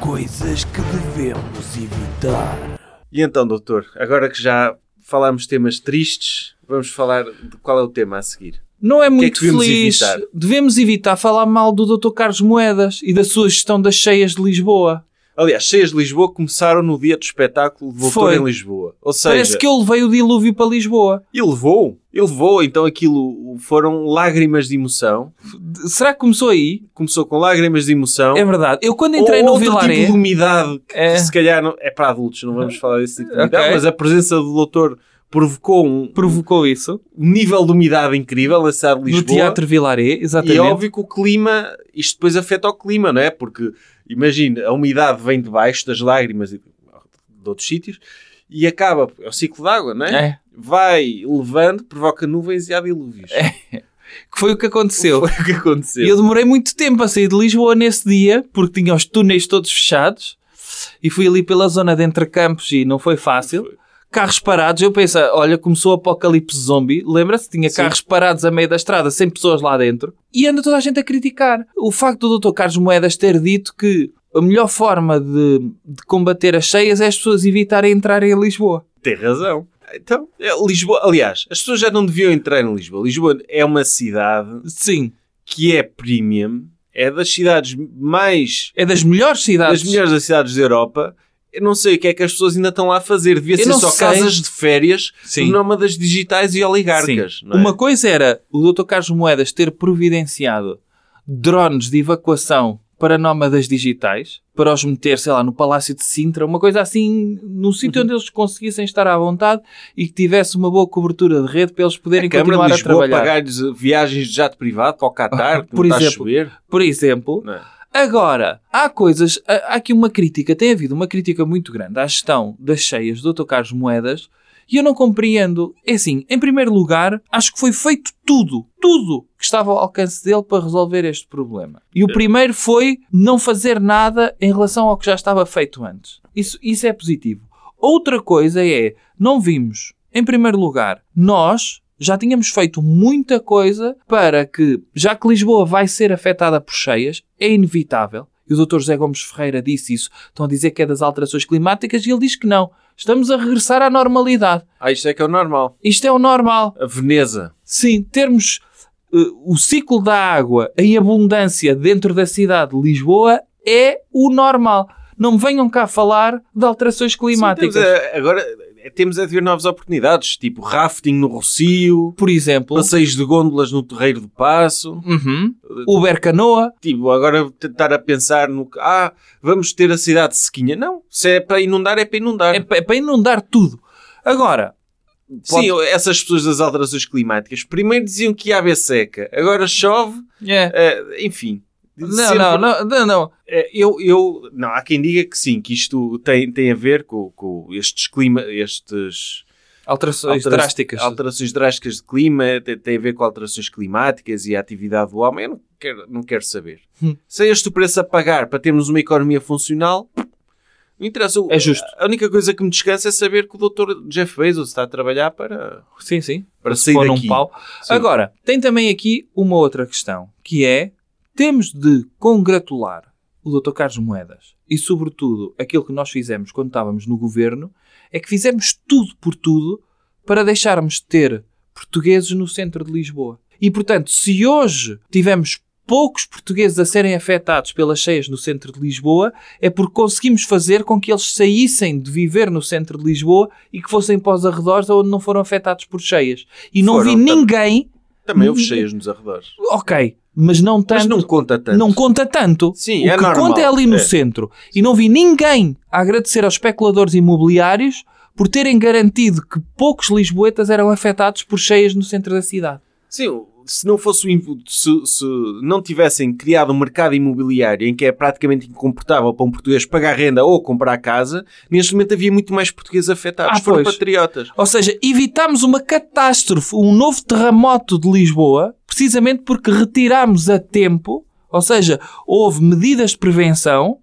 Speaker 1: Coisas que devemos evitar.
Speaker 2: E então, doutor, agora que já falámos temas tristes, vamos falar de qual é o tema a seguir.
Speaker 3: Não é
Speaker 2: é
Speaker 3: muito
Speaker 2: que devemos
Speaker 3: feliz.
Speaker 2: evitar?
Speaker 3: Devemos evitar falar mal do Dr. Carlos Moedas e da sua gestão das cheias de Lisboa.
Speaker 2: Aliás, cheias de Lisboa começaram no dia do espetáculo de Doutor
Speaker 3: Foi.
Speaker 2: em Lisboa. Ou seja,
Speaker 3: Parece que ele veio o dilúvio para Lisboa.
Speaker 2: ele levou, ele levou, então aquilo foram lágrimas de emoção.
Speaker 3: De- Será que começou aí?
Speaker 2: Começou com lágrimas de emoção.
Speaker 3: É verdade. Eu quando entrei
Speaker 2: Ou
Speaker 3: no
Speaker 2: outro
Speaker 3: Vilaré.
Speaker 2: tipo de umidade, que
Speaker 3: É.
Speaker 2: se calhar não, é para adultos, não vamos falar desse tipo de umidade,
Speaker 3: Ok.
Speaker 2: mas a presença do doutor provocou um
Speaker 3: Provocou isso
Speaker 2: nível de umidade incrível na cidade de Lisboa.
Speaker 3: no Teatro Vilaré, exatamente.
Speaker 2: E óbvio que o clima, isto depois afeta o clima, não é? Porque, imagina, a umidade vem de baixo das lágrimas e de outros sítios e acaba, é o ciclo d'água, não é?
Speaker 3: É.
Speaker 2: Vai levando, provoca nuvens e há dilúvios.
Speaker 3: Que foi o que aconteceu.
Speaker 2: <laughs> Foi o que aconteceu.
Speaker 3: É. E eu demorei muito tempo a sair de Lisboa nesse dia, porque tinha os túneis todos fechados. E fui ali pela zona de entre campos e não foi fácil.
Speaker 2: Foi.
Speaker 3: Carros parados, eu pensei, olha, começou o apocalipse zombie. Lembra-se? Tinha carros parados a meio da estrada, sem pessoas lá dentro. E anda toda a gente a criticar. O facto do Dr. Carlos Moedas ter dito que a melhor forma de, de combater as cheias é as pessoas evitarem entrar em Lisboa.
Speaker 2: Tem razão. Então, é, Lisboa, aliás, as pessoas já não deviam entrar em Lisboa. Lisboa é uma cidade
Speaker 3: Sim,
Speaker 2: que é premium, é das cidades mais
Speaker 3: é das melhores cidades.
Speaker 2: das melhores das cidades da Europa. Eu não sei o que é que as pessoas ainda estão lá a fazer. Devia
Speaker 3: Eu
Speaker 2: ser
Speaker 3: não
Speaker 2: só
Speaker 3: sei.
Speaker 2: casas de férias,
Speaker 3: Sim.
Speaker 2: nómadas digitais e oligarcas.
Speaker 3: Sim.
Speaker 2: não é?
Speaker 3: Uma coisa era o Dr. Carlos Moedas ter providenciado drones de evacuação para nómadas digitais, para os meter, sei lá, no Palácio de Sintra, uma coisa assim, num sítio onde eles conseguissem estar à vontade e que tivesse uma boa cobertura de rede para eles poderem
Speaker 2: a Câmara
Speaker 3: continuar
Speaker 2: de
Speaker 3: a
Speaker 2: Lisboa
Speaker 3: trabalhar.
Speaker 2: pagar-lhes eh, viagens de jato privado para o Qatar, <laughs> que
Speaker 3: Por
Speaker 2: não está a
Speaker 3: exemplo.
Speaker 2: chover.
Speaker 3: Por exemplo,
Speaker 2: Não é?
Speaker 3: Agora, há coisas, há há aqui uma crítica, tem havido uma crítica muito grande à gestão das cheias do Dr. Carlos Moedas e eu não compreendo. É assim, em primeiro lugar, acho que foi feito tudo, tudo que estava ao alcance dele para resolver este problema. E o primeiro foi não fazer nada em relação ao que já estava feito antes. Isso, isso é positivo. Outra coisa é, não vimos, em primeiro lugar, nós já tínhamos feito muita coisa para que, já que Lisboa vai ser afetada por cheias, é inevitável. E o Dr. José Gomes Ferreira disse isso. Estão a dizer que é das alterações climáticas e ele diz que não. Estamos a regressar à normalidade.
Speaker 2: Ah, isto é que é o normal.
Speaker 3: Isto é o normal.
Speaker 2: A Veneza.
Speaker 3: Sim, termos eh, o ciclo da água em abundância dentro da cidade de Lisboa é o normal. Não me venham cá falar de alterações climáticas.
Speaker 2: Sim, temos, eh, agora eh, temos a de ver novas oportunidades, tipo rafting no Rocio,
Speaker 3: Por exemplo,
Speaker 2: passeios de gôndolas no Terreiro do Passo.
Speaker 3: uhum, Uber Canoa,
Speaker 2: Tipo, agora tentar a pensar no que. Ah, vamos ter a cidade sequinha. Não, se é para inundar, é para inundar.
Speaker 3: é, pa- é para inundar tudo. Agora,
Speaker 2: Sim, essas pessoas das alterações climáticas primeiro diziam que ia haver seca, agora chove,
Speaker 3: é.
Speaker 2: eh, enfim.
Speaker 3: Não,
Speaker 2: Sempre-
Speaker 3: não, não, não, não.
Speaker 2: Eh, Eu, eu, não, há quem diga que sim, que isto tem, tem a ver com, com estes clima, estes
Speaker 3: Alterações
Speaker 2: altera-
Speaker 3: drásticas.
Speaker 2: alterações drásticas de clima, tem, tem a ver com alterações climáticas e a atividade do homem. Eu não quero, não quero saber.
Speaker 3: Hum.
Speaker 2: Se é este o preço a pagar para termos uma economia funcional, não interessa. O-
Speaker 3: É justo.
Speaker 2: A única coisa que me descansa é saber que o Dr. Jeff Bezos está a trabalhar para,
Speaker 3: Sim, sim.
Speaker 2: para
Speaker 3: Se
Speaker 2: sair
Speaker 3: pôr num
Speaker 2: daqui.
Speaker 3: pau.
Speaker 2: Sim.
Speaker 3: Agora, tem também aqui uma outra questão, que é temos de congratular o Dr. Carlos Moedas e, sobretudo, aquilo que nós fizemos quando estávamos no governo é que fizemos tudo por tudo para deixarmos de ter portugueses no centro de Lisboa. E, portanto, se hoje tivemos poucos portugueses a serem afetados pelas cheias no centro de Lisboa, é porque conseguimos fazer com que eles saíssem de viver no centro de Lisboa e que fossem para os arredores onde não foram afetados por cheias. E não
Speaker 2: Foram,
Speaker 3: vi
Speaker 2: tam-
Speaker 3: ninguém
Speaker 2: Também houve cheias nos arredores.
Speaker 3: Ok, mas não tanto.
Speaker 2: Mas não conta tanto.
Speaker 3: não conta tanto.
Speaker 2: Sim,
Speaker 3: o
Speaker 2: é
Speaker 3: que
Speaker 2: normal.
Speaker 3: conta é ali no
Speaker 2: É.
Speaker 3: centro. E não vi ninguém a agradecer aos especuladores imobiliários por terem garantido que poucos lisboetas eram afetados por cheias no centro da cidade.
Speaker 2: Sim, se não fosse o inv- se, se não tivessem criado um mercado imobiliário em que é praticamente incomportável para um português pagar renda ou comprar casa, neste momento havia muito mais portugueses afetados.
Speaker 3: Ah,
Speaker 2: Foram
Speaker 3: pois.
Speaker 2: patriotas.
Speaker 3: Ou seja, evitámos uma catástrofe, um novo terremoto de Lisboa, precisamente porque retirámos a tempo, ou seja, houve medidas de prevenção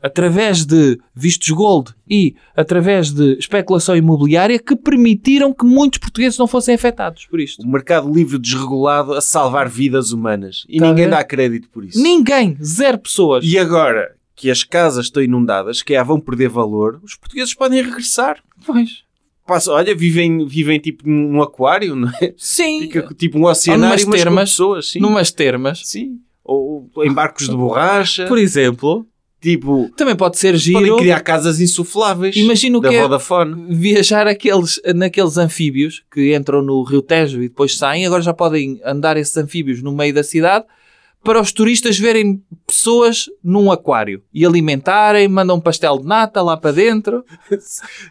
Speaker 3: através de vistos gold e através de especulação imobiliária que permitiram que muitos portugueses não fossem afetados por isto.
Speaker 2: O mercado livre desregulado a salvar vidas humanas. E
Speaker 3: Tá a
Speaker 2: ninguém
Speaker 3: ver?
Speaker 2: dá crédito por isso.
Speaker 3: Ninguém, zero pessoas.
Speaker 2: E agora que as casas estão inundadas, que já vão perder valor, os portugueses podem regressar.
Speaker 3: Pois.
Speaker 2: Passa, olha, vivem, vivem tipo num aquário, não é?
Speaker 3: Sim,
Speaker 2: Fica tipo um oceanário, mas com
Speaker 3: termas,
Speaker 2: pessoas. Sim.
Speaker 3: numas termas,
Speaker 2: Sim. Ou ou em barcos de borracha.
Speaker 3: por exemplo,
Speaker 2: Tipo,
Speaker 3: também pode ser
Speaker 2: Podem
Speaker 3: giro.
Speaker 2: criar casas insufláveis.
Speaker 3: Imagina o
Speaker 2: da
Speaker 3: que é
Speaker 2: Vodafone.
Speaker 3: viajar aqueles, naqueles anfíbios que entram no Rio Tejo e depois saem, agora já podem andar esses anfíbios no meio da cidade para os turistas verem pessoas num aquário e alimentarem, mandam um pastel de nata lá para dentro,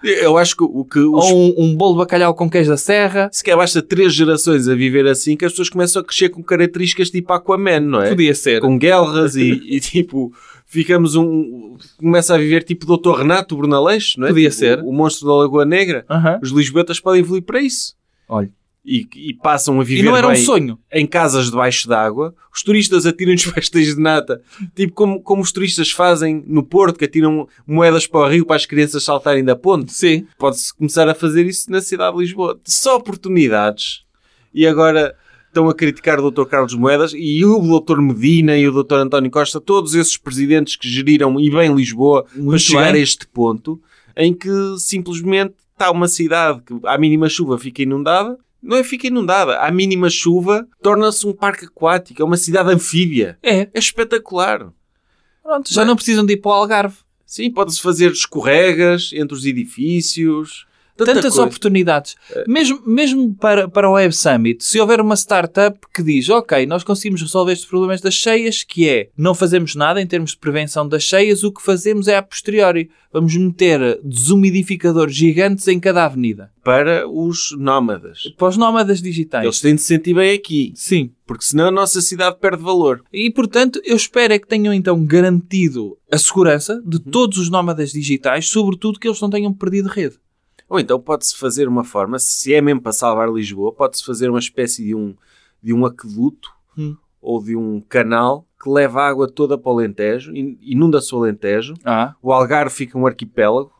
Speaker 2: Eu acho que o que os...
Speaker 3: ou um, um bolo de bacalhau com queijo da serra.
Speaker 2: se calhar basta três gerações a viver assim que as pessoas começam a crescer com características tipo Aquaman, não é?
Speaker 3: Podia ser.
Speaker 2: Com guerras e, e, tipo ficamos um. Começa a viver tipo Dr. Renato Brunaleixo, não é?
Speaker 3: Podia
Speaker 2: Tipo,
Speaker 3: ser.
Speaker 2: O, monstro da Lagoa Negra.
Speaker 3: Aham.
Speaker 2: Os Lisboetas podem evoluir para isso.
Speaker 3: Olha.
Speaker 2: E, e passam a viver
Speaker 3: E não era um
Speaker 2: bem
Speaker 3: sonho.
Speaker 2: em casas debaixo d'água. Os turistas atiram-nos <laughs> pastéis de nata. Tipo como, como os turistas fazem no Porto, que atiram moedas para o rio para as crianças saltarem da ponte.
Speaker 3: Sim.
Speaker 2: Pode-se começar a fazer isso na cidade de Lisboa. Só oportunidades. E agora estão a criticar o Dr. Carlos Moedas e o Dr. Medina e o Dr. António Costa, todos esses presidentes que geriram e bem Lisboa para
Speaker 3: Muito
Speaker 2: chegar
Speaker 3: bem.
Speaker 2: a este ponto em que simplesmente está uma cidade que à mínima chuva fica inundada. Não é fica inundada. À mínima chuva torna-se um parque aquático. É uma cidade anfíbia.
Speaker 3: É.
Speaker 2: É espetacular.
Speaker 3: Pronto, já não precisam de ir para o Algarve.
Speaker 2: Sim, pode-se fazer escorregas entre os edifícios. Tanta
Speaker 3: Tantas
Speaker 2: coisa. É.
Speaker 3: oportunidades. Mesmo, mesmo para, para o Web Summit, se houver uma startup que diz, ok, nós conseguimos resolver estes problemas das cheias, que é, não fazemos nada em termos de prevenção das cheias, o que fazemos é a posteriori. Vamos meter desumidificadores gigantes em cada avenida.
Speaker 2: Para os nómadas.
Speaker 3: Para os nómadas digitais.
Speaker 2: Eles têm de se sentir bem aqui.
Speaker 3: Sim.
Speaker 2: Porque senão a nossa cidade perde valor.
Speaker 3: E, portanto, eu espero é que tenham então garantido a segurança de
Speaker 2: Uhum.
Speaker 3: todos os nómadas digitais, sobretudo que eles não tenham perdido rede.
Speaker 2: Ou então pode-se fazer uma forma, se é mesmo para salvar Lisboa, pode-se fazer uma espécie de um, de um aqueduto
Speaker 3: Hum.
Speaker 2: ou de um canal que leva a água toda para o Alentejo, in- inunda-se o Alentejo,
Speaker 3: Ah.
Speaker 2: o Algarve fica um arquipélago,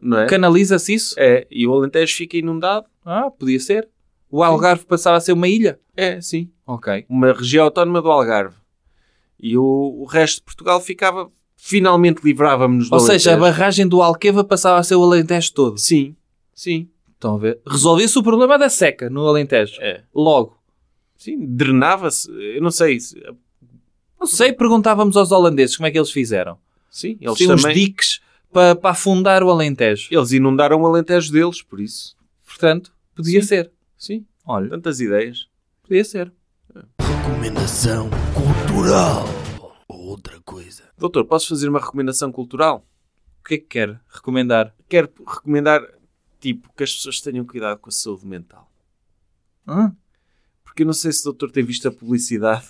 Speaker 2: não é?
Speaker 3: Canaliza-se isso?
Speaker 2: É, e o Alentejo fica inundado.
Speaker 3: Ah, podia ser. O Algarve passava a ser uma ilha?
Speaker 2: É, sim.
Speaker 3: Ok.
Speaker 2: Uma região autónoma do Algarve. E o, o resto de Portugal ficava, finalmente livrávamos-nos do
Speaker 3: Ou seja, é a
Speaker 2: Alentejo.
Speaker 3: barragem do Alqueva passava a ser o Alentejo todo.
Speaker 2: Sim, sim,
Speaker 3: Estão a ver? Resolvia-se o problema da seca no Alentejo.
Speaker 2: é.
Speaker 3: Logo.
Speaker 2: Sim, drenava-se, eu não sei, se-
Speaker 3: Não sei, perguntávamos aos holandeses como é que eles fizeram.
Speaker 2: sim, eles
Speaker 3: Eles tinham uns
Speaker 2: também...
Speaker 3: diques para, para afundar o Alentejo.
Speaker 2: Eles inundaram o Alentejo deles, por isso.
Speaker 3: Portanto, podia ser.
Speaker 2: Sim.
Speaker 3: Olha,
Speaker 2: Tantas ideias.
Speaker 3: podia ser.
Speaker 1: Recomendação cultural. Outra coisa.
Speaker 2: Doutor, posso fazer uma recomendação cultural?
Speaker 3: O que é que quer recomendar?
Speaker 2: Quero recomendar, tipo, que as pessoas tenham cuidado com a saúde mental.
Speaker 3: Hã?
Speaker 2: Porque eu não sei se o doutor tem visto a publicidade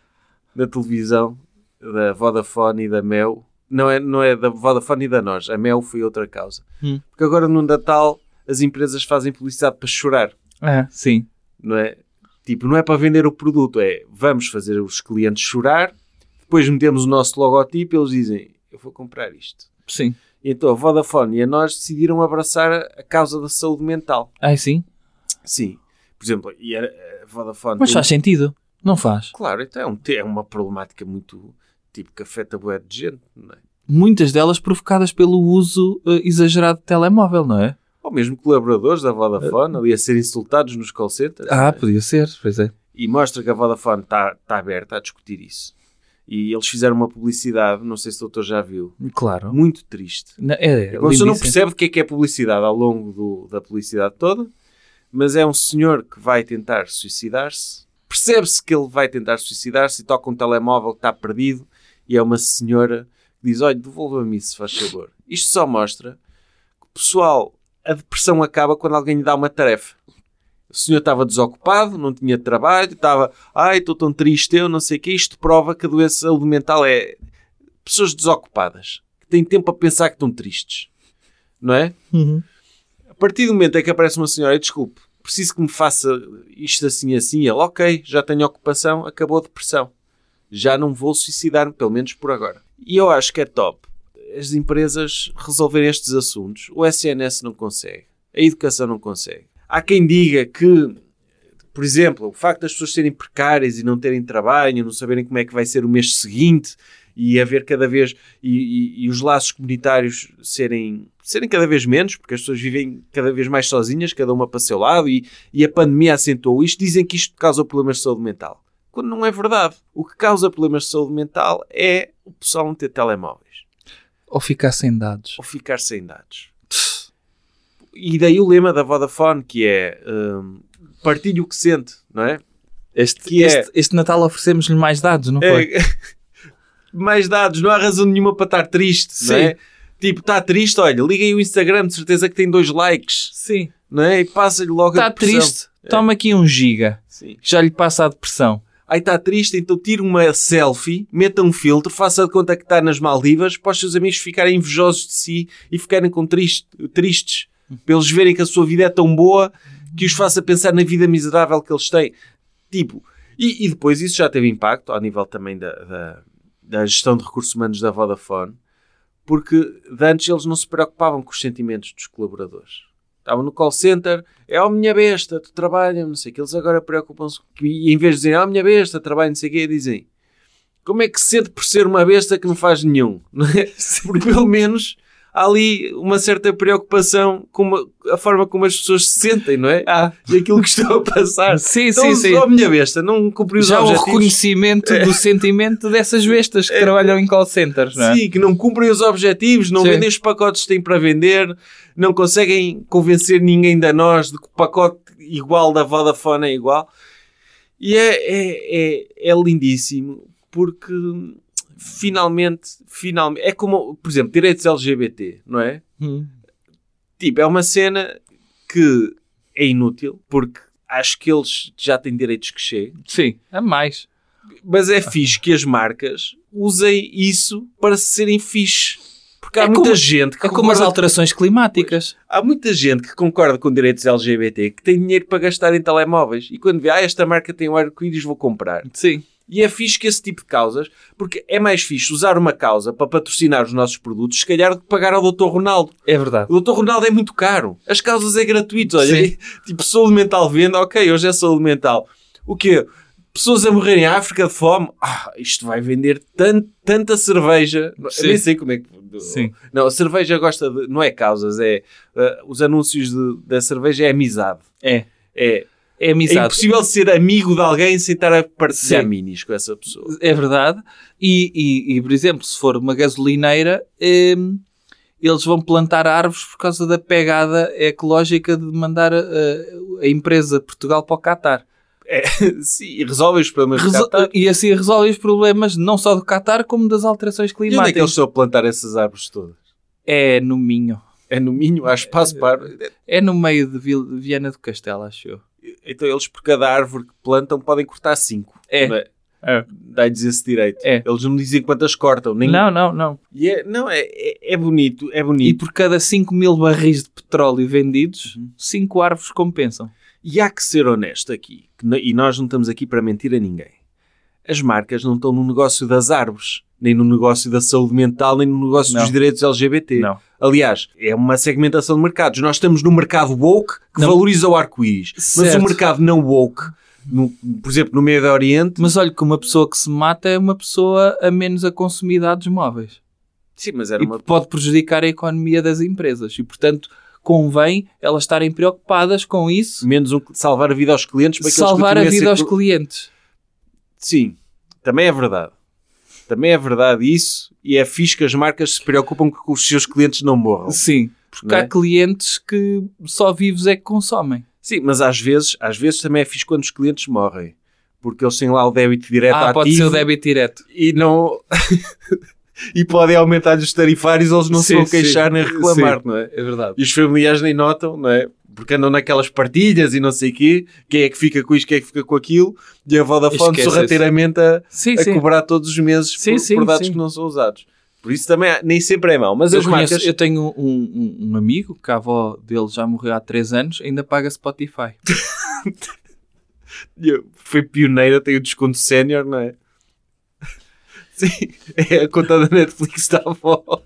Speaker 2: <laughs> da televisão, da Vodafone e da Mel. Não é, não é da Vodafone e da Nós. A Mel foi outra causa.
Speaker 3: Hum.
Speaker 2: Porque agora no Natal as empresas fazem publicidade para chorar.
Speaker 3: Ah, sim.
Speaker 2: não é? Tipo, não é para vender o produto, é vamos fazer os clientes chorar, depois metemos o nosso logotipo e eles dizem eu vou comprar isto.
Speaker 3: Sim.
Speaker 2: E então a Vodafone e a nós decidiram abraçar a- a causa da saúde mental.
Speaker 3: Ai, sim.
Speaker 2: Sim. Por exemplo, e a a Vodafone.
Speaker 3: Mas
Speaker 2: tem-
Speaker 3: faz sentido. Não faz.
Speaker 2: Claro, então é, um te- é uma problemática muito tipo que afeta boa de gente, não é?
Speaker 3: Muitas delas provocadas pelo uso eh, exagerado de telemóvel, não é?
Speaker 2: Ou mesmo colaboradores da Vodafone ali a ser insultados nos call centers.
Speaker 3: Ah, podia ser, pois é.
Speaker 2: e mostra que a Vodafone está tá aberta a discutir isso. E eles fizeram uma publicidade, não sei se o doutor já viu,
Speaker 3: Claro.
Speaker 2: muito triste.
Speaker 3: Na- É, é
Speaker 2: Uma pessoa não
Speaker 3: lindíssimo.
Speaker 2: percebe o que é que é publicidade ao longo do- da publicidade toda, mas é um senhor que vai tentar suicidar-se. Percebe-se que ele vai tentar suicidar-se e toca um telemóvel que está perdido e é uma senhora que diz, olha, devolva-me isso, faz favor. Isto só mostra que, pessoal, a depressão acaba quando alguém lhe dá uma tarefa. O senhor estava desocupado, não tinha trabalho, estava, ai, estou tão triste, eu não sei o quê. Isto prova que a doença saúde mental é pessoas desocupadas, que têm tempo a pensar que estão tristes. Não é?
Speaker 3: Uhum.
Speaker 2: A partir do momento em que aparece uma senhora, "Ei, desculpe, preciso que me faça isto assim assim, ele, ok, já tenho ocupação, acabou a depressão. Já não vou suicidar-me, pelo menos por agora. E eu acho que é top as empresas resolverem estes assuntos. O SNS não consegue, a educação não consegue. Há quem diga que, por exemplo, o facto das pessoas serem precárias e não terem trabalho, não saberem como é que vai ser o mês seguinte e haver cada vez e, e- e os laços comunitários serem, serem cada vez menos, porque as pessoas vivem cada vez mais sozinhas, cada uma para o seu lado, e, e a pandemia acentuou isto, dizem que isto causa problemas de saúde mental. Quando não é verdade. O que causa problemas de saúde mental é o pessoal não ter telemóveis
Speaker 3: Ou ficar sem dados.
Speaker 2: ou ficar sem dados. E daí o lema da Vodafone, que é hum, partilhe o que sente, não é?
Speaker 3: Este,
Speaker 2: Que é-
Speaker 3: este- este Natal oferecemos-lhe mais dados, não foi?
Speaker 2: É, <laughs> mais dados, não há razão nenhuma para estar triste, não
Speaker 3: Sim.
Speaker 2: é? Tipo, está triste, olha, liguem o Instagram, de certeza que tem dois likes,
Speaker 3: Sim.
Speaker 2: não é? E passa-lhe logo a
Speaker 3: Está
Speaker 2: depressão.
Speaker 3: triste? Toma aqui um giga.
Speaker 2: Sim.
Speaker 3: Já lhe passa a depressão.
Speaker 2: Aí está triste, então tira uma selfie, meta um filtro, faça de conta que está nas Maldivas, para os seus amigos ficarem invejosos de si e ficarem com triste, tristes, para eles verem que a sua vida é tão boa que os faça pensar na vida miserável que eles têm. Tipo, e, e depois isso já teve impacto ao nível também da, da, da gestão de recursos humanos da Vodafone, porque de antes eles não se preocupavam com os sentimentos dos colaboradores. Estavam no call center, é oh minha besta, tu trabalha, não sei o que. Eles agora preocupam-se, e em vez de dizerem oh minha besta, trabalha, não sei o que, dizem como é que se sente por ser uma besta que não faz nenhum? <laughs> não é? Porque pelo menos há ali uma certa preocupação com uma- a forma como as pessoas se sentem, não
Speaker 3: <laughs>
Speaker 2: é?
Speaker 3: Ah,
Speaker 2: E aquilo que estão a passar.
Speaker 3: Sim,
Speaker 2: Então,
Speaker 3: sim, sim.
Speaker 2: Oh minha besta, não cumpriu os
Speaker 3: já o
Speaker 2: objetivos. É.
Speaker 3: reconhecimento do sentimento dessas bestas que trabalham em call centers, não é?
Speaker 2: Sim, que não cumprem os objetivos, não
Speaker 3: Sim.
Speaker 2: vendem os pacotes que têm para vender, não conseguem convencer ninguém da nós de que o pacote igual da Vodafone é igual. E é, é, é, é lindíssimo porque finalmente, finalmente, é como, por exemplo, direitos LGBT, não é?
Speaker 3: Hum.
Speaker 2: Tipo, é uma cena que é inútil porque acho que eles já têm direitos que chegam.
Speaker 3: Sim, a mais.
Speaker 2: Mas é fixe que as marcas usem isso para serem fixe. Porque há
Speaker 3: É
Speaker 2: muita
Speaker 3: como-
Speaker 2: gente que
Speaker 3: É como as
Speaker 2: concorda,
Speaker 3: alterações climáticas.
Speaker 2: há muita gente que concorda com direitos LGBT que tem dinheiro para gastar em telemóveis e quando vê, ah, esta marca tem um arco-íris, vou comprar.
Speaker 3: Sim.
Speaker 2: E é fixe que esse tipo de causas, porque é mais fixe usar uma causa para patrocinar os nossos produtos, se calhar, do que pagar ao Dr. Ronaldo.
Speaker 3: É verdade.
Speaker 2: O Dr. Ronaldo é muito caro. As causas é gratuitas. Olha,
Speaker 3: Sim.
Speaker 2: <laughs> tipo, saúde mental venda, ok, hoje é saúde mental. O quê? Pessoas a morrerem em África de fome, ah, isto vai vender tan- tanta cerveja. Eu
Speaker 3: Sim.
Speaker 2: Nem sei como é que.
Speaker 3: Sim.
Speaker 2: Não, a cerveja gosta de. Não é causas, é. ah, os anúncios de- da cerveja é amizade.
Speaker 3: É.
Speaker 2: É,
Speaker 3: É
Speaker 2: é
Speaker 3: amizade.
Speaker 2: impossível ser amigo de alguém sem estar a partilhar
Speaker 3: Sim.
Speaker 2: minis com essa
Speaker 3: <laughs>
Speaker 2: pessoa.
Speaker 3: É verdade. E, e- e, por exemplo, se for uma gasolineira, hum, eles vão plantar árvores por causa da pegada ecológica de mandar a, a- a empresa de Portugal para o Catar.
Speaker 2: Sim, e resolve os problemas do
Speaker 3: Resol-
Speaker 2: Qatar.
Speaker 3: E assim resolve os problemas não só do Catar, como das alterações
Speaker 2: E onde é que eles
Speaker 3: climáticas.
Speaker 2: estão a plantar essas árvores todas?
Speaker 3: É, no Minho.
Speaker 2: É no Minho, há espaço para.
Speaker 3: É no meio de Vil- Viana do Castelo, acho eu.
Speaker 2: Então eles por cada árvore que plantam podem cortar 5.
Speaker 3: É.
Speaker 2: Não é?
Speaker 3: É.
Speaker 2: Dá-lhes esse direito.
Speaker 3: É.
Speaker 2: Eles não dizem quantas cortam. Nem...
Speaker 3: Não, não, não.
Speaker 2: E é, não é, é, é bonito, é
Speaker 3: E
Speaker 2: bonito.
Speaker 3: por cada 5 mil barris de petróleo vendidos,
Speaker 2: Uhum.
Speaker 3: 5 árvores compensam.
Speaker 2: E... há que ser honesto aqui. que no- E nós não estamos aqui para mentir a ninguém. As marcas não estão no negócio das árvores, nem no negócio da saúde mental, nem no negócio
Speaker 3: Não.
Speaker 2: dos direitos LGBT.
Speaker 3: Não.
Speaker 2: Aliás, é uma segmentação de mercados. Nós estamos no mercado woke que
Speaker 3: Não.
Speaker 2: valoriza o arco-íris. Mas
Speaker 3: Certo.
Speaker 2: o mercado não woke, no- por exemplo, no Meio Oriente,
Speaker 3: Mas olha que uma pessoa que se mata é uma pessoa a menos a consumir dados móveis.
Speaker 2: Sim, mas era
Speaker 3: E
Speaker 2: É uma.
Speaker 3: pode prejudicar a economia das empresas. E, portanto, convém elas estarem preocupadas com isso,
Speaker 2: Menos um, salvar a vida aos clientes para que
Speaker 3: salvar a
Speaker 2: eles continuem
Speaker 3: vida
Speaker 2: a
Speaker 3: aos
Speaker 2: ser-
Speaker 3: clientes.
Speaker 2: Sim, também é verdade. Também é verdade isso. E é fixe que as marcas se preocupam que os seus clientes não morram.
Speaker 3: Sim, porque
Speaker 2: Não é?
Speaker 3: há clientes que só vivos é que consomem.
Speaker 2: Sim, mas às vezes, às vezes também é fixe quando os clientes morrem. Porque eles têm lá o débito direto
Speaker 3: ah,
Speaker 2: ativo
Speaker 3: pode ser o débito direto.
Speaker 2: e não. <laughs> e podem aumentar os tarifários, eles não se
Speaker 3: Sim,
Speaker 2: vão queixar
Speaker 3: sim.
Speaker 2: nem reclamar, não é?
Speaker 3: É verdade.
Speaker 2: E os familiares nem notam, não é? Porque andam naquelas partilhas e não sei o quê. Quem é que fica com isto, quem é que fica com aquilo. E a Vodafone
Speaker 3: Esquece-se.
Speaker 2: sorrateiramente a,
Speaker 3: Sim,
Speaker 2: a
Speaker 3: sim.
Speaker 2: cobrar todos os meses
Speaker 3: Sim,
Speaker 2: por,
Speaker 3: sim,
Speaker 2: por dados
Speaker 3: sim.
Speaker 2: que não são usados. Por isso também há- nem sempre é mau. Mas
Speaker 3: Eu,
Speaker 2: as
Speaker 3: conheço-
Speaker 2: marcas...
Speaker 3: eu tenho um, um- um amigo que a avó dele já morreu há 3 anos, ainda paga Spotify.
Speaker 2: eu- Foi pioneira, tem o desconto sénior, não
Speaker 3: <laughs>
Speaker 2: é? Sim, é a conta da Netflix da avó.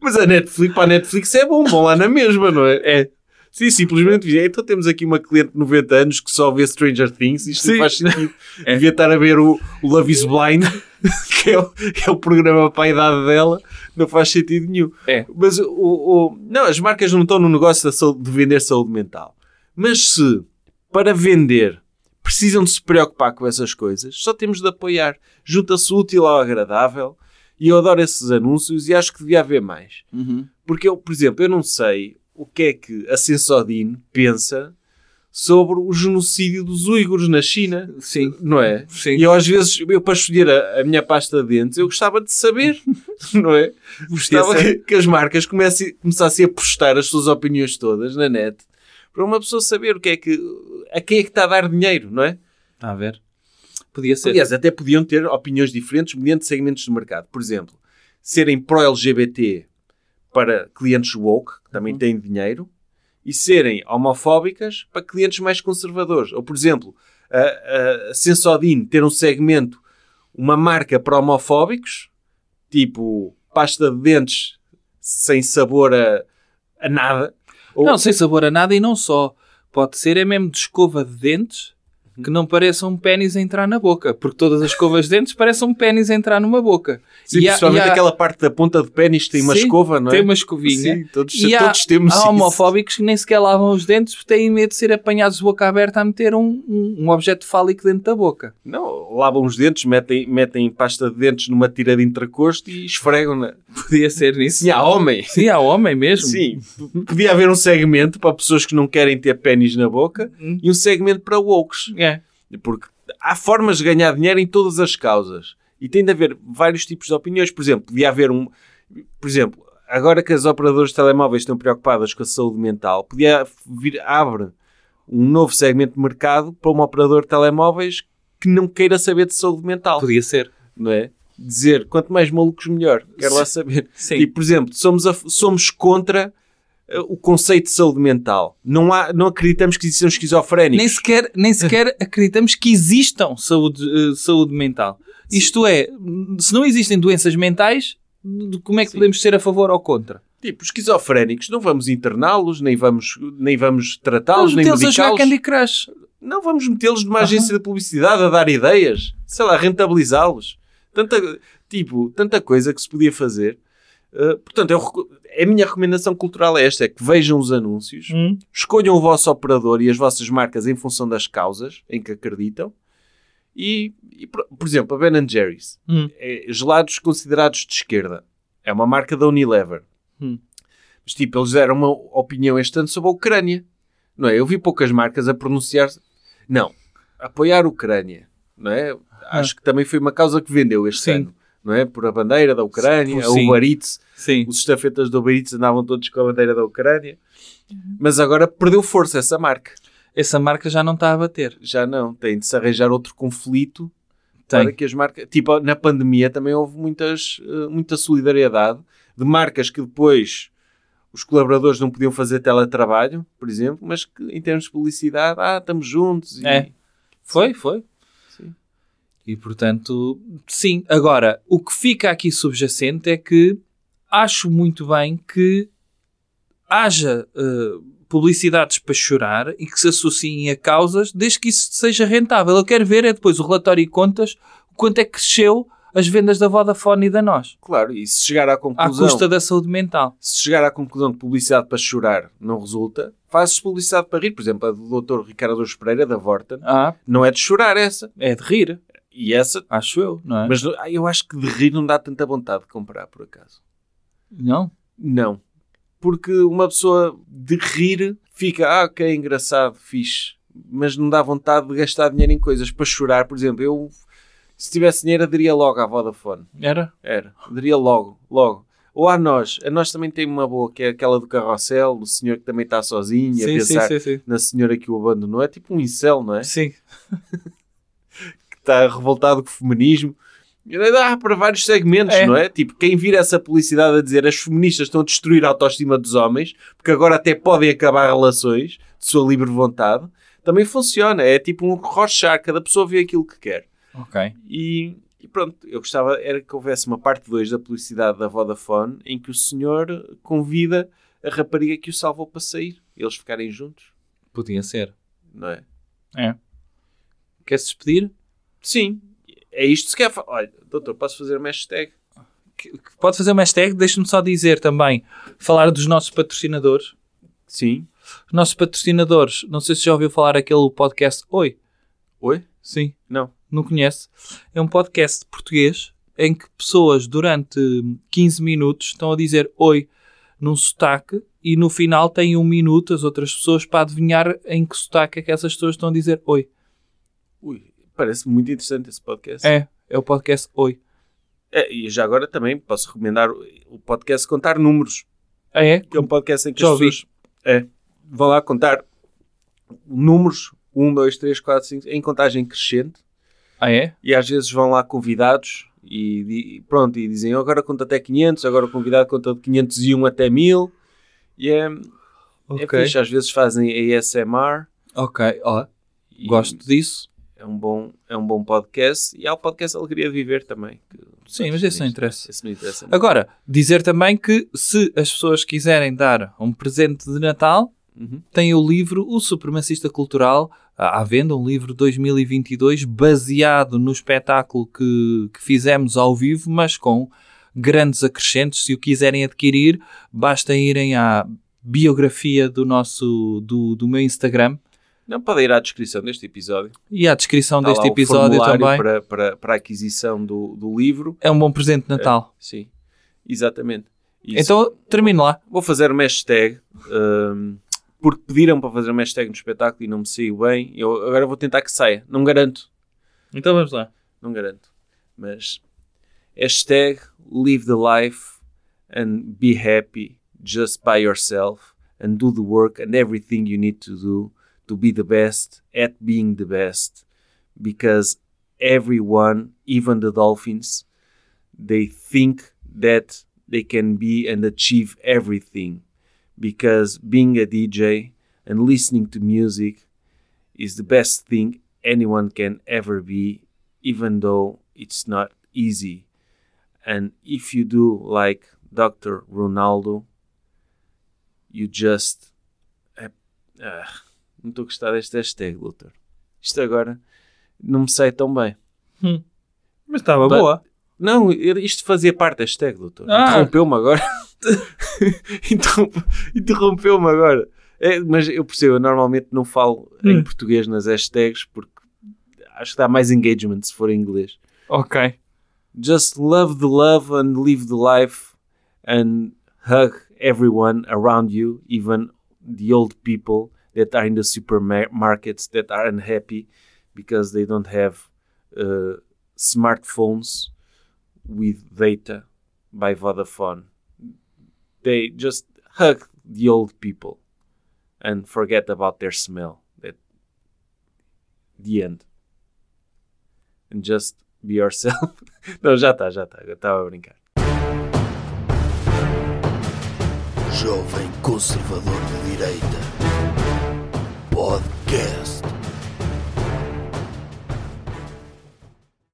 Speaker 2: Mas a Netflix, para a Netflix é bom, bom lá na mesma, não é? É. Sim, simplesmente dizem, então temos aqui uma cliente de 90 anos que só vê Stranger Things, isto não
Speaker 3: Sim.
Speaker 2: faz sentido.
Speaker 3: <laughs> É.
Speaker 2: Devia estar a ver o, o Love is Blind, <laughs> que é o, que é o programa para a idade dela, não faz sentido nenhum.
Speaker 3: É.
Speaker 2: Mas o, o- não, as marcas não estão no negócio da saúde- de vender saúde mental. Mas se para vender precisam de se preocupar com essas coisas, só temos de apoiar. Junta-se o útil ao agradável e eu adoro esses anúncios e acho que devia haver mais. Porque eu, por exemplo, eu não sei o que é que a Sensodine pensa sobre o genocídio dos uigures na China,
Speaker 3: Sim,
Speaker 2: não é?
Speaker 3: sim.
Speaker 2: E eu às vezes, eu para escolher a, a minha pasta de dentes, eu gostava de saber, <laughs> não é? Gostava que, que as marcas comecem, começassem a postar as suas opiniões todas na net para uma pessoa saber o que é que a quem é que está a dar dinheiro, não é?
Speaker 3: Está a ver? Podia ser.
Speaker 2: Aliás, até podiam ter opiniões diferentes mediante segmentos de mercado. Por exemplo, serem pró-LGBT para clientes woke, que
Speaker 3: Uhum.
Speaker 2: também têm dinheiro, e serem homofóbicas para clientes mais conservadores. Ou, por exemplo, a, a Sensodin ter um segmento, uma marca para homofóbicos, tipo pasta de dentes sem sabor a, a nada. Ou-
Speaker 3: Não, sem sabor a nada e não só. Pode ser é mesmo de escova de dentes
Speaker 2: Uhum.
Speaker 3: que não pareça um pênis a entrar na boca, porque todas as escovas de dentes parecem um pênis a entrar numa boca.
Speaker 2: Sim,
Speaker 3: E há-
Speaker 2: principalmente
Speaker 3: e há-
Speaker 2: aquela parte da ponta de pênis que tem uma
Speaker 3: Sim,
Speaker 2: escova, não é?
Speaker 3: Tem uma escovinha.
Speaker 2: Sim, todos,
Speaker 3: E há,
Speaker 2: todos temos
Speaker 3: há
Speaker 2: isso.
Speaker 3: homofóbicos que nem sequer lavam os dentes porque têm medo de ser apanhados de boca aberta a meter um, um, um objeto fálico dentro da boca. <laughs>
Speaker 2: Não, lavam os dentes, metem, metem pasta de dentes numa tira de intercosto e esfregam-na.
Speaker 3: Podia ser nisso.
Speaker 2: Sim, há homem.
Speaker 3: Sim, há homem mesmo.
Speaker 2: Sim, p- podia haver um segmento para pessoas que não querem ter pênis na boca
Speaker 3: Hum.
Speaker 2: e um segmento para woke.
Speaker 3: É.
Speaker 2: Porque há formas de ganhar dinheiro em todas as causas. E tem de haver vários tipos de opiniões. Por exemplo, podia haver um... Por exemplo, agora que as operadoras de telemóveis estão preocupadas com a saúde mental, podia vir... Abre um novo segmento de mercado para um operador de telemóveis que não queira saber de saúde mental.
Speaker 3: Podia ser.
Speaker 2: Não é? Dizer, quanto mais malucos, melhor. Quero lá saber.
Speaker 3: Sim.
Speaker 2: Tipo, por exemplo, somos, a- somos contra eh, o conceito de saúde mental. Não, há, não acreditamos que existam esquizofrénicos.
Speaker 3: nem sequer, nem sequer acreditamos que existam saúde, eh, saúde mental. Isto é, se não existem doenças mentais, de- como é que
Speaker 2: Sim.
Speaker 3: podemos ser a favor ou contra?
Speaker 2: Tipo, os esquizofrénicos, não vamos interná-los, nem vamos, nem vamos
Speaker 3: Vamos
Speaker 2: tratá-los, nem
Speaker 3: metê-los a jogar
Speaker 2: medicá-los.
Speaker 3: Candy Crush.
Speaker 2: Não vamos metê-los numa agência de publicidade a dar ideias. Sei lá, rentabilizá-los. Tanta, tipo, tanta coisa que se podia fazer. Eh, portanto, eu recu- a minha recomendação cultural é esta, é que vejam os anúncios, escolham o vosso operador e as vossas marcas em função das causas em que acreditam. E, e, por, por exemplo, a Ben Jerry's,
Speaker 3: Hum.
Speaker 2: é, gelados considerados de esquerda, é uma marca da Unilever.
Speaker 3: Hum.
Speaker 2: Mas tipo, eles deram uma opinião este ano sobre a Ucrânia, não é? Eu vi poucas marcas a pronunciar se não, apoiar a Ucrânia, não é? Acho que também foi uma causa que vendeu este
Speaker 3: Ah. Sim.
Speaker 2: ano, não é? Por a bandeira da Ucrânia, a
Speaker 3: Sim.
Speaker 2: Uber Eats,
Speaker 3: Sim.
Speaker 2: os estafetas do Uber Eats andavam todos com a bandeira da Ucrânia. Mas agora perdeu força essa marca.
Speaker 3: Essa marca já não está a bater.
Speaker 2: Já não. Tem de se arranjar outro conflito para
Speaker 3: Tem.
Speaker 2: que as marcas... Tipo, na pandemia também houve muitas, eh, muita solidariedade de marcas que depois os colaboradores não podiam fazer teletrabalho, por exemplo, mas que em termos de publicidade, ah, estamos juntos. E...
Speaker 3: É. Foi, foi.
Speaker 2: Sim.
Speaker 3: E portanto, sim. Agora, o que fica aqui subjacente é que acho muito bem que haja eh, publicidades para chorar e que se associem a causas, desde que isso seja rentável. Eu quero ver é depois o relatório e contas, quanto é que cresceu as vendas da Vodafone e da Nós,
Speaker 2: Claro, e se chegar à
Speaker 3: à
Speaker 2: conclusão...
Speaker 3: custa da saúde mental.
Speaker 2: se chegar à conclusão que publicidade para chorar não resulta, fazes publicidade para rir. Por exemplo, a do Dr. Ricardo Douros Pereira, da Vorta,
Speaker 3: Ah,
Speaker 2: não é de chorar essa.
Speaker 3: é de rir,
Speaker 2: E essa...
Speaker 3: acho eu, não é?
Speaker 2: Mas não- ah, eu acho que de rir não dá tanta vontade de comprar, por acaso.
Speaker 3: Não?
Speaker 2: Não. Porque uma pessoa de rir fica, ah, ok, engraçado, fixe. Mas não dá vontade de gastar dinheiro em coisas. Para chorar, por exemplo, eu... Se tivesse dinheiro, aderia logo à Vodafone.
Speaker 3: Era?
Speaker 2: Era. Diria logo, logo. Ou a nós. A nós também tem uma boa, que é aquela do carrossel, do senhor que também está sozinho, a pensar
Speaker 3: sim, sim.
Speaker 2: na senhora que o abandonou. É tipo um incel, não é?
Speaker 3: Sim,
Speaker 2: Que está revoltado com o feminismo. E Dá para vários segmentos,
Speaker 3: É.
Speaker 2: não é? Tipo, quem vira essa publicidade a dizer as feministas estão a destruir a autoestima dos homens, porque agora até podem acabar relações de sua livre vontade, também funciona. É tipo um rochar, cada pessoa vê aquilo que quer.
Speaker 3: ok.
Speaker 2: E, e pronto, eu gostava era que houvesse uma parte 2 da publicidade da Vodafone em que o senhor convida a rapariga que o salvou para sair, eles ficarem juntos,
Speaker 3: Podia ser.
Speaker 2: não é?
Speaker 3: Quer-se despedir?
Speaker 2: Sim, é isto que se quer. fa- Olha, doutor, posso fazer uma hashtag?
Speaker 3: que- que pode fazer uma hashtag, deixe-me só dizer também, falar dos nossos patrocinadores.
Speaker 2: Sim.
Speaker 3: Os nossos patrocinadores, não sei se já ouviu falar aquele podcast Oi.
Speaker 2: Oi?
Speaker 3: Sim.
Speaker 2: Não.
Speaker 3: Não conhece? É um podcast português em que pessoas durante hum, 15 minutos estão a dizer Oi num sotaque e no final têm um minuto as outras pessoas para adivinhar em que sotaque é que essas pessoas estão a dizer Oi.
Speaker 2: Ui, parece muito interessante esse podcast.
Speaker 3: É, é o podcast Oi.
Speaker 2: É, e já agora também posso recomendar o- o podcast Contar Números,
Speaker 3: Ah, é?
Speaker 2: que é um podcast em que
Speaker 3: Já
Speaker 2: as
Speaker 3: ouvi.
Speaker 2: pessoas é, vão lá um, contar números 1, 2, 3, 4, 5, em contagem crescente.
Speaker 3: Ah, é?
Speaker 2: e às vezes vão lá convidados e, di- pronto, e dizem "Eu agora conta até 500, agora o convidado conta de 501 até 1000 e é, é fixe, às vezes fazem ASMR
Speaker 3: Ok, ó,
Speaker 2: e
Speaker 3: gosto disso.
Speaker 2: é um, bom, é um bom podcast e há o podcast Alegria de Viver também. que-
Speaker 3: Sim, mas esse não interessa.
Speaker 2: Esse não interessa muito.
Speaker 3: Agora, dizer também que se as pessoas quiserem dar um presente de Natal,
Speaker 2: Uhum.
Speaker 3: tem o livro O Supremacista Cultural à à venda, um livro 2022 baseado no espetáculo que, que fizemos ao vivo, mas com grandes acrescentos. Se o quiserem adquirir, basta irem à biografia do nosso do, do meu Instagram
Speaker 2: Não podem ir à descrição deste episódio.
Speaker 3: e à descrição
Speaker 2: Está
Speaker 3: deste
Speaker 2: Tá lá o
Speaker 3: episódio
Speaker 2: formulário
Speaker 3: também.
Speaker 2: Para, para, para a aquisição do, do livro.
Speaker 3: É um bom presente de Natal.
Speaker 2: Sim, exatamente. É, Isso.
Speaker 3: Então termino lá.
Speaker 2: Vou fazer uma hashtag. hum, porque pediram para fazer uma hashtag no espetáculo e não me saiu bem. Eu agora vou tentar que saia. Não garanto.
Speaker 3: Então vamos lá.
Speaker 2: Não garanto. Mas hashtag live the life and be happy just by yourself and do the work and everything you need to do to be the best at being the best because everyone even the dolphins they think that they can be and achieve everything because being a DJ and listening to music is the best thing anyone can ever be, even though it's not easy. And if you do like Dr. Ronaldo, you just. é- ah, não estou a gostar deste hashtag, Luther. Isto agora não me sai tão bem.
Speaker 3: Mas estava
Speaker 2: But-
Speaker 3: boa.
Speaker 2: Não, eu- isto fazia parte da hashtag, doutor.
Speaker 3: Ah.
Speaker 2: Interrompeu-me agora. <laughs> Então, Interrompeu-me agora. É, mas eu percebo, eu normalmente não falo em
Speaker 3: Hum.
Speaker 2: português nas hashtags porque acho que dá mais engagement se for em inglês.
Speaker 3: Ok.
Speaker 2: Just love the love and live the life and hug everyone around you, even the old people that are in the supermarkets that are unhappy because they don't have uh, smartphones with data by Vodafone. They just hug the old people and forget about their smell. That the end. And just be yourself. <laughs> Não, já está, já está. Eu estava a brincar.
Speaker 1: Jovem Conservador de Direita. Podcast.